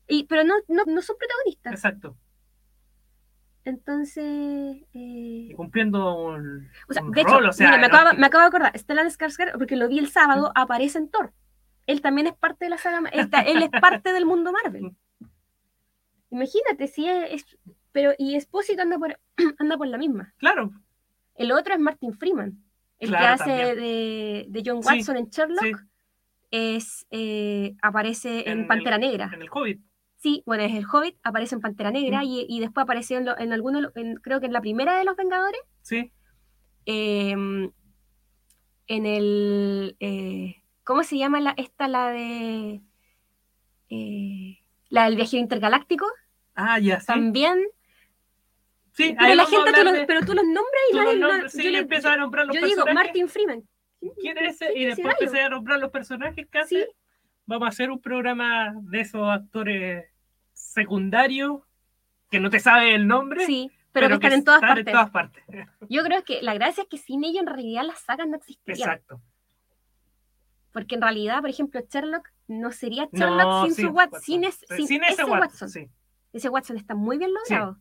Speaker 2: y, pero no, no, no son protagonistas.
Speaker 3: exacto.
Speaker 2: Entonces,
Speaker 3: Y
Speaker 2: eh,
Speaker 3: cumpliendo un,
Speaker 2: o sea,
Speaker 3: un
Speaker 2: de hecho,
Speaker 3: rol, o sea, Mm.
Speaker 2: mira, me,
Speaker 3: ¿no?
Speaker 2: acabo, me acabo de acordar, Stellan Skarsgård, porque lo vi el sábado, aparece en Thor. Él también es parte de la saga, él, ta- él es parte del mundo Marvel.
Speaker 3: Mm.
Speaker 2: Imagínate, si es, es- pero y Espósito anda por, anda por la misma.
Speaker 3: Claro,
Speaker 2: El otro es Martin Freeman, el
Speaker 3: Claro,
Speaker 2: que hace
Speaker 3: también.
Speaker 2: de, de John
Speaker 3: Sí,
Speaker 2: Watson en Sherlock.
Speaker 3: sí,
Speaker 2: es, eh, aparece en,
Speaker 3: En el-
Speaker 2: Pantera Negra.
Speaker 3: en el COVID.
Speaker 2: Sí, bueno, es el Hobbit, aparece en Pantera Negra y, y después apareció en, lo- en alguno, de lo- en- creo que en la primera de los Vengadores,
Speaker 3: Sí,
Speaker 2: eh, en el, eh, ¿cómo se llama la, esta, la de, eh, la del viaje intergaláctico?
Speaker 3: Ah, ya, sí.
Speaker 2: También,
Speaker 3: sí
Speaker 2: pero
Speaker 3: ahí
Speaker 2: la
Speaker 3: vamos a
Speaker 2: gente, tú
Speaker 3: hablar
Speaker 2: los,
Speaker 3: de-
Speaker 2: pero tú los nombras y
Speaker 3: tú los
Speaker 2: nadie-
Speaker 3: nombres,
Speaker 2: na-
Speaker 3: sí,
Speaker 2: yo, le-
Speaker 3: empiezas a nombrar los
Speaker 2: yo digo
Speaker 3: personajes.
Speaker 2: Martin Freeman.
Speaker 3: ¿Quién es ese?
Speaker 2: Sí,
Speaker 3: Y
Speaker 2: ese
Speaker 3: después
Speaker 2: gallo.
Speaker 3: empecé a nombrar los personajes que hace.
Speaker 2: Sí.
Speaker 3: Vamos a hacer un programa de esos actores secundarios que no te sabe el nombre,
Speaker 2: Sí, pero, que están en todas partes.
Speaker 3: partes.
Speaker 2: Yo creo que la gracia es que sin ellos en realidad las sagas no existirían.
Speaker 3: Exacto.
Speaker 2: Porque en realidad, por ejemplo, Sherlock no sería
Speaker 3: No,
Speaker 2: Sherlock sin,
Speaker 3: sí,
Speaker 2: su Wat-
Speaker 3: Watson.
Speaker 2: sin, es-
Speaker 3: Sí,
Speaker 2: sin
Speaker 3: sin
Speaker 2: ese Watson.
Speaker 3: Sí.
Speaker 2: Ese Watson está muy bien
Speaker 3: Sí.
Speaker 2: logrado.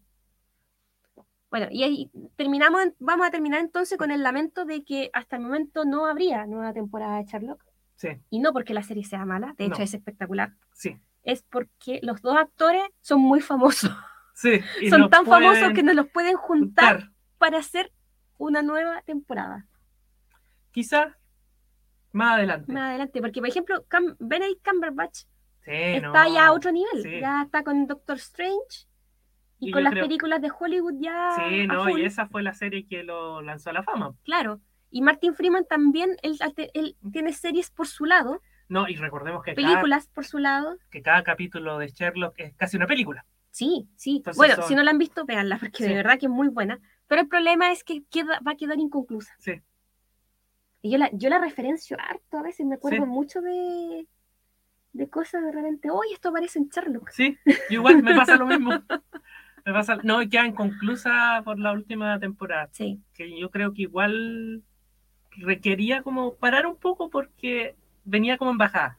Speaker 2: Bueno, y ahí terminamos, en- vamos a terminar entonces con el lamento de que hasta el momento no habría nueva temporada de Sherlock.
Speaker 3: Sí,
Speaker 2: Y no porque la serie sea mala, de hecho
Speaker 3: No.
Speaker 2: es espectacular.
Speaker 3: sí,
Speaker 2: Es porque los dos actores son muy famosos.
Speaker 3: sí. y
Speaker 2: son
Speaker 3: nos
Speaker 2: tan famosos
Speaker 3: pueden
Speaker 2: que nos los pueden juntar
Speaker 3: juntar.
Speaker 2: para hacer una nueva temporada.
Speaker 3: Quizá más adelante.
Speaker 2: Más adelante, porque por ejemplo, Cam- Benedict Cumberbatch
Speaker 3: Sí,
Speaker 2: está
Speaker 3: no,
Speaker 2: ya a otro nivel.
Speaker 3: sí.
Speaker 2: Ya está con Doctor Strange y,
Speaker 3: Y
Speaker 2: con
Speaker 3: yo
Speaker 2: las
Speaker 3: creo-
Speaker 2: películas de Hollywood ya.
Speaker 3: Sí,
Speaker 2: a
Speaker 3: no,
Speaker 2: full.
Speaker 3: y esa fue la serie que lo lanzó a la fama.
Speaker 2: Claro. Y Martin Freeman también, él, él
Speaker 3: Mm.
Speaker 2: tiene series por su lado,
Speaker 3: No, y recordemos que cada,
Speaker 2: películas por su lado.
Speaker 3: que cada capítulo de Sherlock es casi una película.
Speaker 2: Sí, sí.
Speaker 3: Entonces
Speaker 2: bueno,
Speaker 3: son-
Speaker 2: si no la han visto, véanla, porque de
Speaker 3: Sí.
Speaker 2: verdad que es muy buena. Pero el problema es que queda, va a quedar inconclusa.
Speaker 3: Sí.
Speaker 2: Y yo la, yo la referencio harto a veces, me acuerdo
Speaker 3: Sí.
Speaker 2: mucho de, de cosas de repente, hoy esto aparece en Sherlock.
Speaker 3: Sí, yo igual me pasa lo mismo. Me pasa, no, y queda inconclusa por la última temporada,
Speaker 2: Sí,
Speaker 3: que yo creo que igual requería como parar un poco porque venía como en bajada.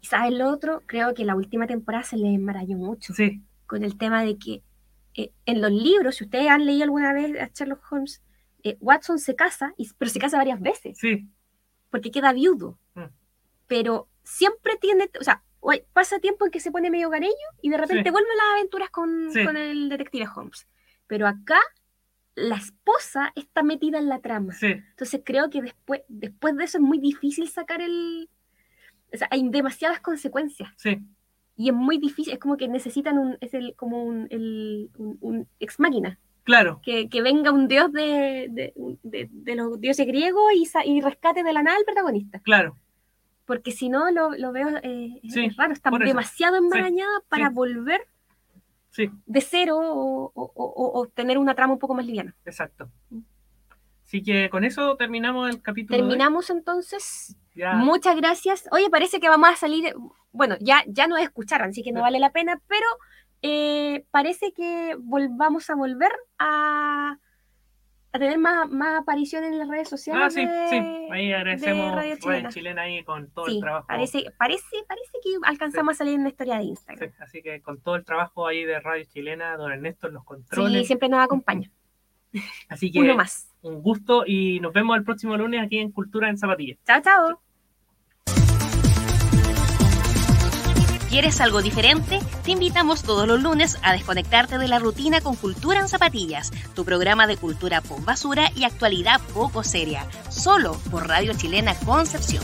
Speaker 2: y sabes lo otro, creo que la última temporada se le enmarañó mucho
Speaker 3: Sí,
Speaker 2: con el tema de que eh, en los libros, si ustedes han leído alguna vez a Sherlock Holmes, eh, Watson se casa, y, pero se casa varias veces,
Speaker 3: sí,
Speaker 2: porque queda viudo.
Speaker 3: Mm.
Speaker 2: Pero siempre tiene, o sea, o hay- pasa tiempo en que se pone medio gareño y de repente
Speaker 3: Sí.
Speaker 2: vuelven las aventuras con,
Speaker 3: Sí.
Speaker 2: con el detective Holmes. Pero acá la esposa está metida en la trama.
Speaker 3: sí,
Speaker 2: Entonces creo que después, después de eso es muy difícil sacar el... O sea, hay demasiadas consecuencias
Speaker 3: sí,
Speaker 2: y es muy difícil, es como que necesitan un, es el, como un, el- un- un ex máquina,
Speaker 3: claro.
Speaker 2: que, que venga un dios de, de, de- de los dioses griegos y, sa- y rescate de la nada al protagonista.
Speaker 3: Claro,
Speaker 2: Porque si no, lo, lo veo, eh, es-
Speaker 3: Sí,
Speaker 2: es raro, están
Speaker 3: por eso.
Speaker 2: demasiado enmarañadas para
Speaker 3: sí.
Speaker 2: volver
Speaker 3: sí,
Speaker 2: de cero o, o- o- o tener una trama un poco más liviana.
Speaker 3: exacto. Así que con eso terminamos el capítulo. de hoy.
Speaker 2: Terminamos entonces.
Speaker 3: Ya,
Speaker 2: Muchas gracias. Oye, parece que vamos a salir, bueno, ya, ya nos escucharon, así que no
Speaker 3: Sí.
Speaker 2: vale la pena, pero eh, parece que volvamos a volver a, a tener más, más aparición en las redes sociales.
Speaker 3: Ah, sí,
Speaker 2: de-
Speaker 3: sí. Ahí agradecemos
Speaker 2: de Radio
Speaker 3: Radio Chilena,
Speaker 2: Chilena.
Speaker 3: ahí con todo
Speaker 2: Sí,
Speaker 3: el trabajo.
Speaker 2: parece, parece, parece que alcanzamos a salir en una historia de Instagram.
Speaker 3: Sí, así que con todo el trabajo ahí de Radio Chilena, don Ernesto en los
Speaker 2: Sí,
Speaker 3: controles.
Speaker 2: siempre nos acompaña.
Speaker 3: Así que
Speaker 2: Uno más.
Speaker 3: un gusto y nos vemos el próximo lunes aquí en Cultura en Zapatillas.
Speaker 2: Chao, chao.
Speaker 1: ¿Quieres algo diferente? Te invitamos todos los lunes a desconectarte de la rutina con Cultura en Zapatillas, tu programa de cultura pop basura y actualidad poco seria, solo por Radio Chilena Concepción.